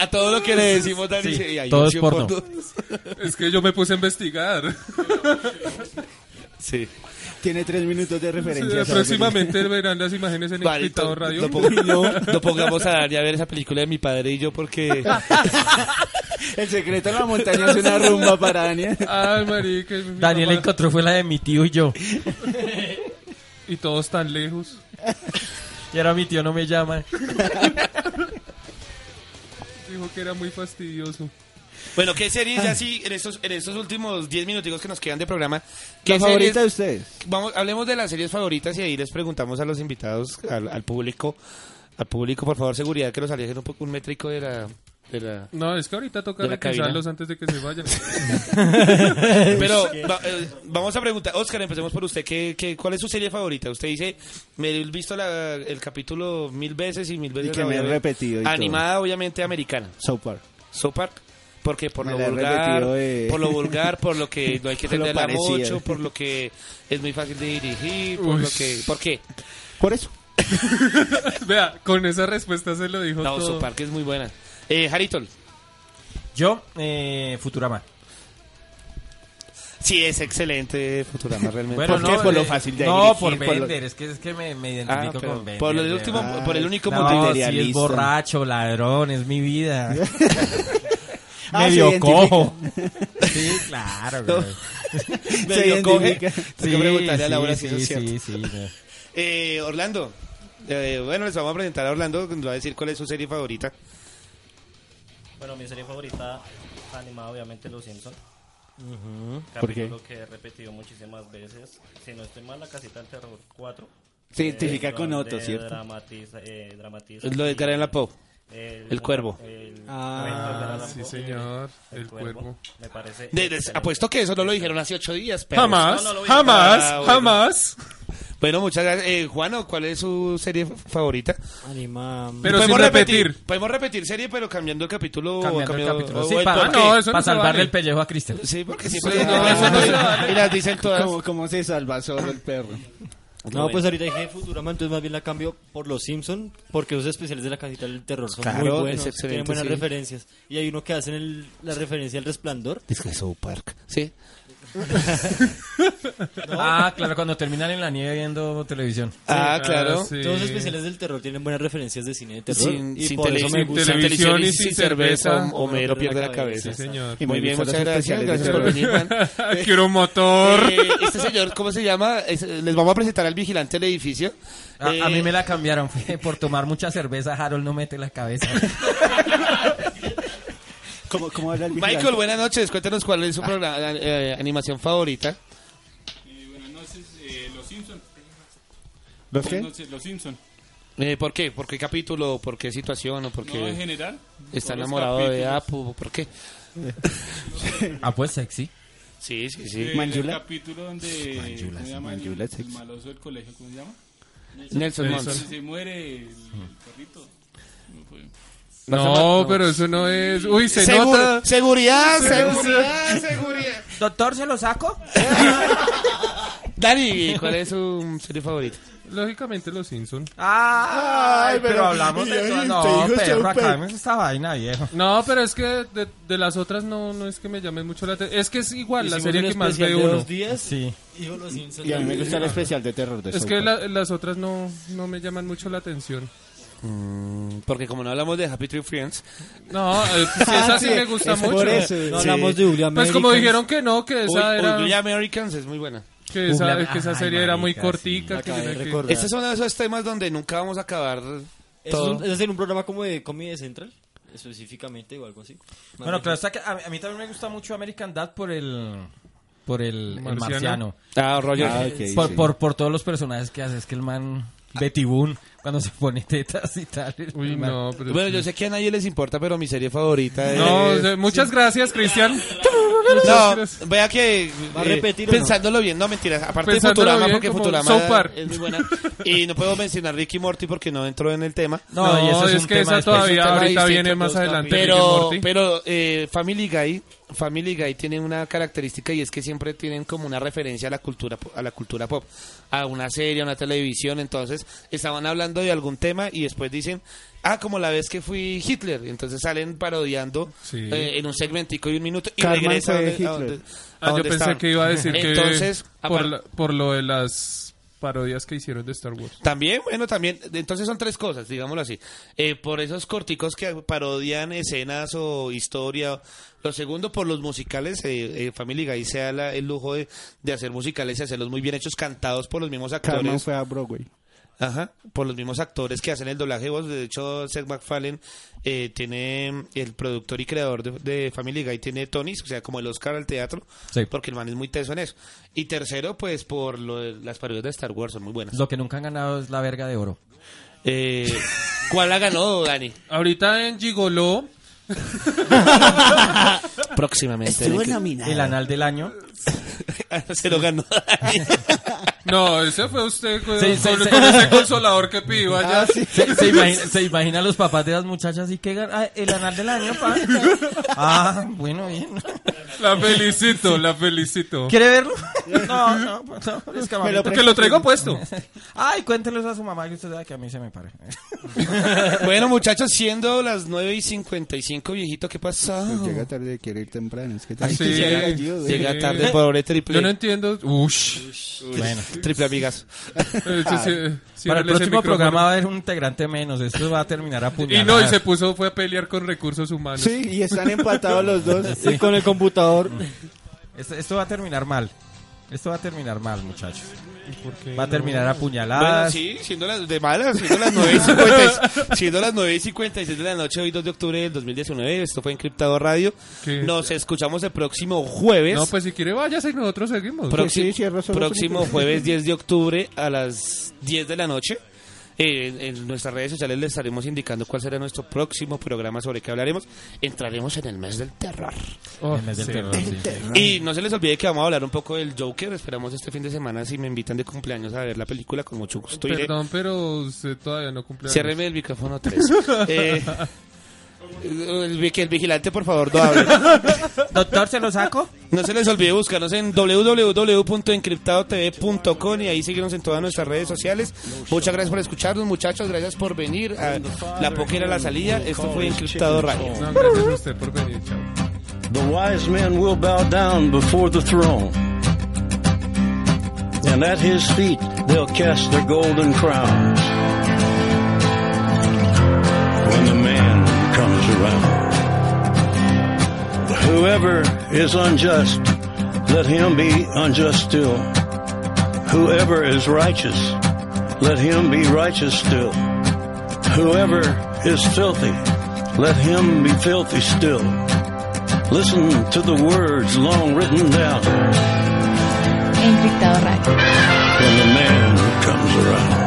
B: A todo lo que le decimos, Dani,
D: Sí,
B: dice, "Ay,
D: todo es
B: yo
D: porno".
E: Es que yo me puse a investigar.
B: Sí.
C: Tiene tres minutos de referencia. ¿sabes?
E: Próximamente verán las imágenes en el
B: Vale,
E: Invitado
B: to-
E: Radio.
B: No, pong- no- no pongamos a Dani a ver esa película de mi padre y yo porque...
C: El secreto de la montaña es una rumba para Daniel.
E: Ay, marica. mi
D: Daniel
E: mamá.
D: encontró fue la de mi tío y yo.
E: Y todos tan lejos.
D: Y ahora mi tío no me llama.
E: Dijo, dijo que era muy fastidioso.
B: Bueno, ¿qué series ya sí en estos, en estos últimos 10 minuticos que nos quedan de programa?
C: ¿La
B: ¿qué series-
C: favorita de ustedes?
B: Vamos, hablemos de las series favoritas y ahí les preguntamos a los invitados, al, al público, al público, por favor, seguridad que nos alejen un poco un métrico de la, de la
E: No, es que ahorita toca
B: De la cabina.
E: requisarlos antes de que se vayan.
B: Pero va- eh, vamos a preguntar, Oscar, empecemos por usted. ¿qué, qué, cuál es su serie favorita? Usted dice, me he visto la- el capítulo mil veces y mil veces.
C: Y que
B: la
C: me
B: voy a
C: he
B: ver.
C: repetido y todo.
B: Animada, obviamente, americana.
C: South Park.
B: South Park. Porque por
C: Me
B: lo
C: la he
B: vulgar,
C: repetido, eh.
B: por lo vulgar, por lo que no hay que
C: Por lo
B: entenderla
C: parecido.
B: mucho, por lo que es muy fácil de dirigir, por
E: Uy.
B: lo que... ¿Por qué?
C: Por eso.
E: Vea, con esa respuesta se lo dijo
B: No,
E: todo.
B: South Park es muy buena. Eh, Haritol.
D: Yo, eh, Futurama.
B: Sí, es excelente Futurama realmente.
D: Bueno,
B: ¿Por
D: no,
B: qué? Por
D: eh,
B: lo fácil de
D: No,
B: dirigir,
D: por
B: por lo-
D: Bender, es que, es que me, me
B: Ah,
D: identifico
B: pero
D: con Bender.
B: por el
D: de
B: último,
D: verdad.
B: por el único
D: No,
B: multi-
D: sí, es
C: materialista.
D: borracho, ladrón, es mi vida.
C: Ah, se
D: Medio
C: identifica.
D: cojo. Sí, claro,
B: No.
D: güey.
B: Medio coge.
C: identifica.
B: Tengo que preguntarle a Laura si
D: sí,
B: eso es cierto.
D: sí, sí, no.
B: Eh, Orlando. Eh, bueno, les vamos a presentar a Orlando, nos va a decir cuál es su serie favorita.
J: Bueno, mi serie favorita animada, obviamente, Los Simpsons.
C: ¿Por qué?
J: Capítulo que he repetido muchísimas veces. Si no estoy mal, la casita del terror 4.
C: Se
J: Eh,
C: identifica con
J: donde
C: Otto, ¿cierto?
J: Dramatiza, eh, dramatiza
B: Es lo de Edgar Allan Poe.
J: El,
B: El cuervo.
J: el-
F: Ah,
J: el-
E: sí, señor, el cuervo.
J: Me parece.
B: De- de-
J: excelente.
B: apuesto que eso no lo dijeron hace ocho días, pero...
E: Jamás,
J: No, no lo vi.
E: jamás,
B: Ah, bueno.
E: jamás.
B: Bueno, muchas gracias. Eh, Juano, ¿cuál es su serie f- favorita?
F: Anima.
E: Pero sin repetir.
B: Podemos repetir serie, pero cambiando el capítulo. o
D: Cambiando el
B: cambiando-
D: capítulo.
B: o
D: Sí,
B: el
D: para,
E: Ah, no, eso no
D: para
E: se vale.
D: salvarle el pellejo a Cristian.
B: Sí, porque siempre...
E: Sí, no, eso no se
B: y las dicen todas.
C: ¿Cómo, cómo se salva solo el perro?
F: No, pues ahorita dije Futurama, entonces más bien la cambio por Los Simpson, porque los especiales de la Casita del terror son muy
B: Claro,
F: buenos,
B: es excelente,
F: tienen buenas
B: sí.
F: referencias. Y hay uno que hacen el- la referencia al resplandor.
B: Es que South Park. Sí.
D: Ah, claro, cuando terminan en la nieve viendo televisión.
B: Ah, claro.
E: sí.
F: Todos los especiales del terror tienen buenas referencias de cine de terror.
B: Sin,
F: y
B: sin
F: por
B: tele-
F: eso me
B: sin
F: gusta.
B: televisión y
E: televisión y
B: sin
E: sin
B: cerveza,
E: cerveza,
B: Homero pierde la cabeza.
E: Sí, señor.
B: Muy bien, Pues muchas gracias. Gracias por venir, man.
E: Quiero un motor.
B: Eh, este señor, ¿cómo se llama? Es- les vamos a presentar al vigilante del edificio.
D: A,
B: Eh,
D: a mí me la cambiaron. fue Por tomar mucha cerveza, Harold no mete la cabeza.
C: ¿Cómo, cómo habla el
B: Michael, buenas noches. Cuéntanos cuál es su programa, eh, animación favorita.
H: buenas noches, eh, Los Simpson.
C: ¿Los
H: Buenas
C: qué?
H: noches, Los Simpson.
B: Eh, ¿Por qué? ¿Por qué capítulo? ¿Por qué situación? ¿O por
H: No, en
B: qué
H: general.
B: está
H: todos los
B: enamorado de
H: capítulos.
B: Apu? ¿Por qué?
D: Ah, pues sexy.
B: Sí, sí,
H: Eh,
B: sí.
C: Manjula.
H: El capítulo donde.
D: Manjula,
H: ¿cómo se llama?
C: Manjula,
H: el, el
C: sexy.
H: maloso del colegio, ¿cómo se llama?
B: Nelson
H: Donde
B: Mons.
H: se muere el, el perrito. No fue.
E: Mm. No, pero eso no es. Uy, se
B: Seguro-
E: nota.
B: Seguridad, seguridad, seguridad.
D: Doctor, ¿se lo saco?
B: Dani, ¿cuál es su serie favorita?
E: Lógicamente, los Simpson.
D: Ay, pero, hablamos de todo. Ah, No, perro, acá me esta vaina, viejo.
E: No, pero es que de, de las otras no, no es que me llamen mucho la atención. Es que es igual la
F: Hicimos
E: serie
F: un
E: que más
F: especial
E: ve
F: de
E: uno.
F: dos días,
D: Sí.
F: dijo Los Simpson.
C: Y a mí me gusta el especial de terror de
E: Es
C: South
E: que
C: Park.
E: la- las otras no, no me llaman mucho la atención.
B: Mm, Porque como no hablamos de Happy Tree Friends, Ah,
E: No, eh, pues, esa sí
C: sí,
E: me gusta
C: es
E: mucho.
C: por eso.
F: No
B: Sí.
F: hablamos de Julia
E: Pues como
F: Americans.
E: dijeron que no, que esa
B: Uy,
E: era
B: Ugly Americans es muy buena.
E: que esa,
D: Ugly-
E: que esa
D: Ay,
E: serie era muy
D: marica,
E: cortica.
F: sí.
E: que
F: Acabé
E: era
F: de
E: que-
F: recordar.
B: Este es uno de esos temas donde nunca vamos a acabar
F: ¿Eso es
B: todo.
F: un- ¿Eso es en un programa como de Comedy Central? Específicamente o algo así. Más
D: Bueno,
F: bien.
D: claro, está que a, a mí también me gusta mucho American Dad por el. Por el el marciano.
E: Marciano.
B: Ah, Roger.
C: Ah, ok,
D: por,
C: sí.
D: por, por todos los personajes que hace. Es que el man.
B: Ah.
D: Betty Boone, cuando se pone tetas y tal. el
E: Uy,
D: man-
E: no, pero...
B: Bueno, yo sé que a nadie les importa, pero mi serie favorita es...
E: No, o sea, muchas gracias, Cristian.
B: No,
E: Muchas gracias.
B: vea que
F: ¿Va a
B: eh,
F: repetir o no?
B: pensándolo bien, no mentiras, aparte de
E: Pensándolo
B: Futurama
E: bien,
B: porque
E: como
B: Futurama
E: South Park.
B: es muy buena y no puedo mencionar Ricky Morty porque no entró en el tema.
D: No, y eso
E: No,
D: es,
E: es
D: un
E: que
D: tema
E: esa
D: después.
E: todavía
B: tema
E: ahorita
B: distinto,
E: viene
B: dos
E: más adelante. Rick y
B: Pero
E: Morty.
B: pero eh, Family Guy, Family Guy tiene una característica y es que siempre tienen como una referencia a la cultura po- a la cultura pop, a una serie, a una televisión, entonces estaban hablando de algún tema y después dicen, "Ah, como la vez que fui Hitler." Entonces salen parodiando
E: Sí.
B: eh, en un segmentico y un minuto y
C: Cartman fue
B: regresa a donde- a
C: Hitler.
B: donde- a
E: Ah, yo
B: donde
E: pensé
B: estaban.
E: que iba a decir que
B: Entonces,
E: por,
B: apar-
E: la- por lo de las parodias que hicieron de Star Wars.
B: También, bueno, también. Entonces son tres cosas, digámoslo así. Eh, por esos corticos que parodian escenas o historia. Lo segundo, por los musicales. eh, eh, Family Guy se da la- el lujo de, de hacer musicales y hacerlos muy bien hechos, cantados por los mismos
C: Carmen
B: actores.
C: fue a Broadway.
B: Ajá, por los mismos actores que hacen el doblaje de voz. De hecho, Seth MacFarlane eh, tiene el productor y creador de, de Family Guy, tiene Tonys, o sea, como el Oscar al teatro,
D: Sí.
B: porque el man es muy teso en eso. Y tercero, pues por lo de- las parodias de Star Wars, son muy buenas.
D: Lo que nunca han ganado es la verga de oro.
B: Eh, ¿Cuál la ganó, Dani?
E: Ahorita en Gigoló,
B: Próximamente.
C: Estuvo
B: Dani,
C: nominado.
D: El anal del año.
B: que- Ah, Se lo ganó Dani.
E: no, ese fue usted con,
D: Sí, sí,
E: con-
D: sí. Ah,
E: con ese consolador que pidió allá.
D: Se, se imagina, se imagina los papás de las muchachas y que gan- ah, el anal del año, pa. Ah, bueno, bien.
E: La felicito, la felicito.
D: ¿Quiere verlo? No, no, pues, no, es que a mí-
E: Porque lo traigo puesto.
D: Ay, cuéntelos a su mamá que usted sabe que a mí se me pare.
B: bueno, muchachos, siendo las 9 y 55, viejito, ¿qué pasó?
C: Pues Llega tarde, quiere ir temprano. Es que
E: Sí.
B: llega,
E: Sí.
C: eh.
B: llega tarde, pobre triple,
E: Yo no entiendo. Ush.
D: Bueno. Ah,
B: triple amigas.
E: Eh, sí, sí, sí,
D: Para el
E: ese
D: próximo
E: micrófono.
D: programa va a haber un integrante menos. Esto va a terminar a
E: Y no, y se puso, fue a pelear con recursos humanos.
C: Sí, y están empatados los dos.
F: Y con el computador.
D: Esto, esto va a terminar mal. Esto va a terminar mal, muchachos.
E: ¿Por qué
D: Va a
E: no?
D: terminar a
B: Bueno,
D: puñaladas.
B: sí, siendo las de malas, siendo las 9 y 56, siendo las 9 y 56 de la noche, hoy 2 de octubre del 2019, esto fue Encriptado Radio.
E: ¿Qué?
B: Nos escuchamos el próximo jueves.
E: No, pues si quiere váyase y nosotros seguimos.
B: Próximo,
C: sí, cierra solo
B: próximo
C: películas.
B: jueves 10 de octubre a las 10 de la noche. Eh, en, en nuestras redes sociales les estaremos indicando cuál será nuestro próximo programa sobre qué hablaremos. Entraremos en el mes del terror.
E: Oh,
D: En vez del
E: sí.
D: terror, sí.
B: Y no se les olvide que vamos a hablar un poco del Joker. Esperamos este fin de semana si me invitan de cumpleaños a ver la película con mucho gusto. iré.
E: Perdón, pero usted todavía no cumple. años.
B: Ciérreme el micrófono Eh, 3. el, vi- que el vigilante, por favor, no hable.
D: Doctor, ¿se lo saco?
B: No se les olvide buscarnos en www.encriptadotv.com y ahí síguenos en todas nuestras redes sociales. Muchas gracias por escucharnos, muchachos. Gracias por venir a La Poquera a la Salida. Esto fue Encriptado Radio.
E: No, gracias a usted por venir, chao.
K: The wise men will bow down before the throne, and at his feet they'll cast their golden crowns. When the man comes around, whoever is unjust, let him be unjust still. Whoever is righteous, let him be righteous still. Whoever is filthy, let him be filthy still. Listen to the words long written down when
G: Encriptado Radio.
K: the man comes around.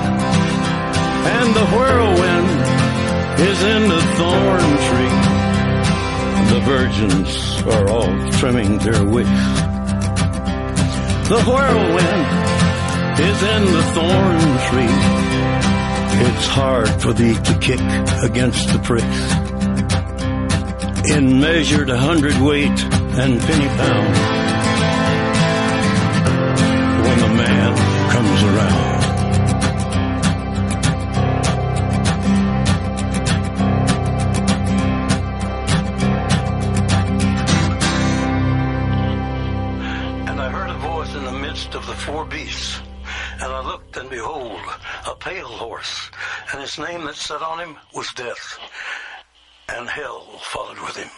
K: And the whirlwind is in the thorn tree. The virgins are all trimming their wicks. The whirlwind is in the thorn tree. It's hard for thee to kick against the pricks in measured hundredweight and penny pound when the man comes around. And I heard a voice in the midst of the four beasts. And I looked, and behold, a pale horse, and his name that sat on him was Death, and hell followed with him.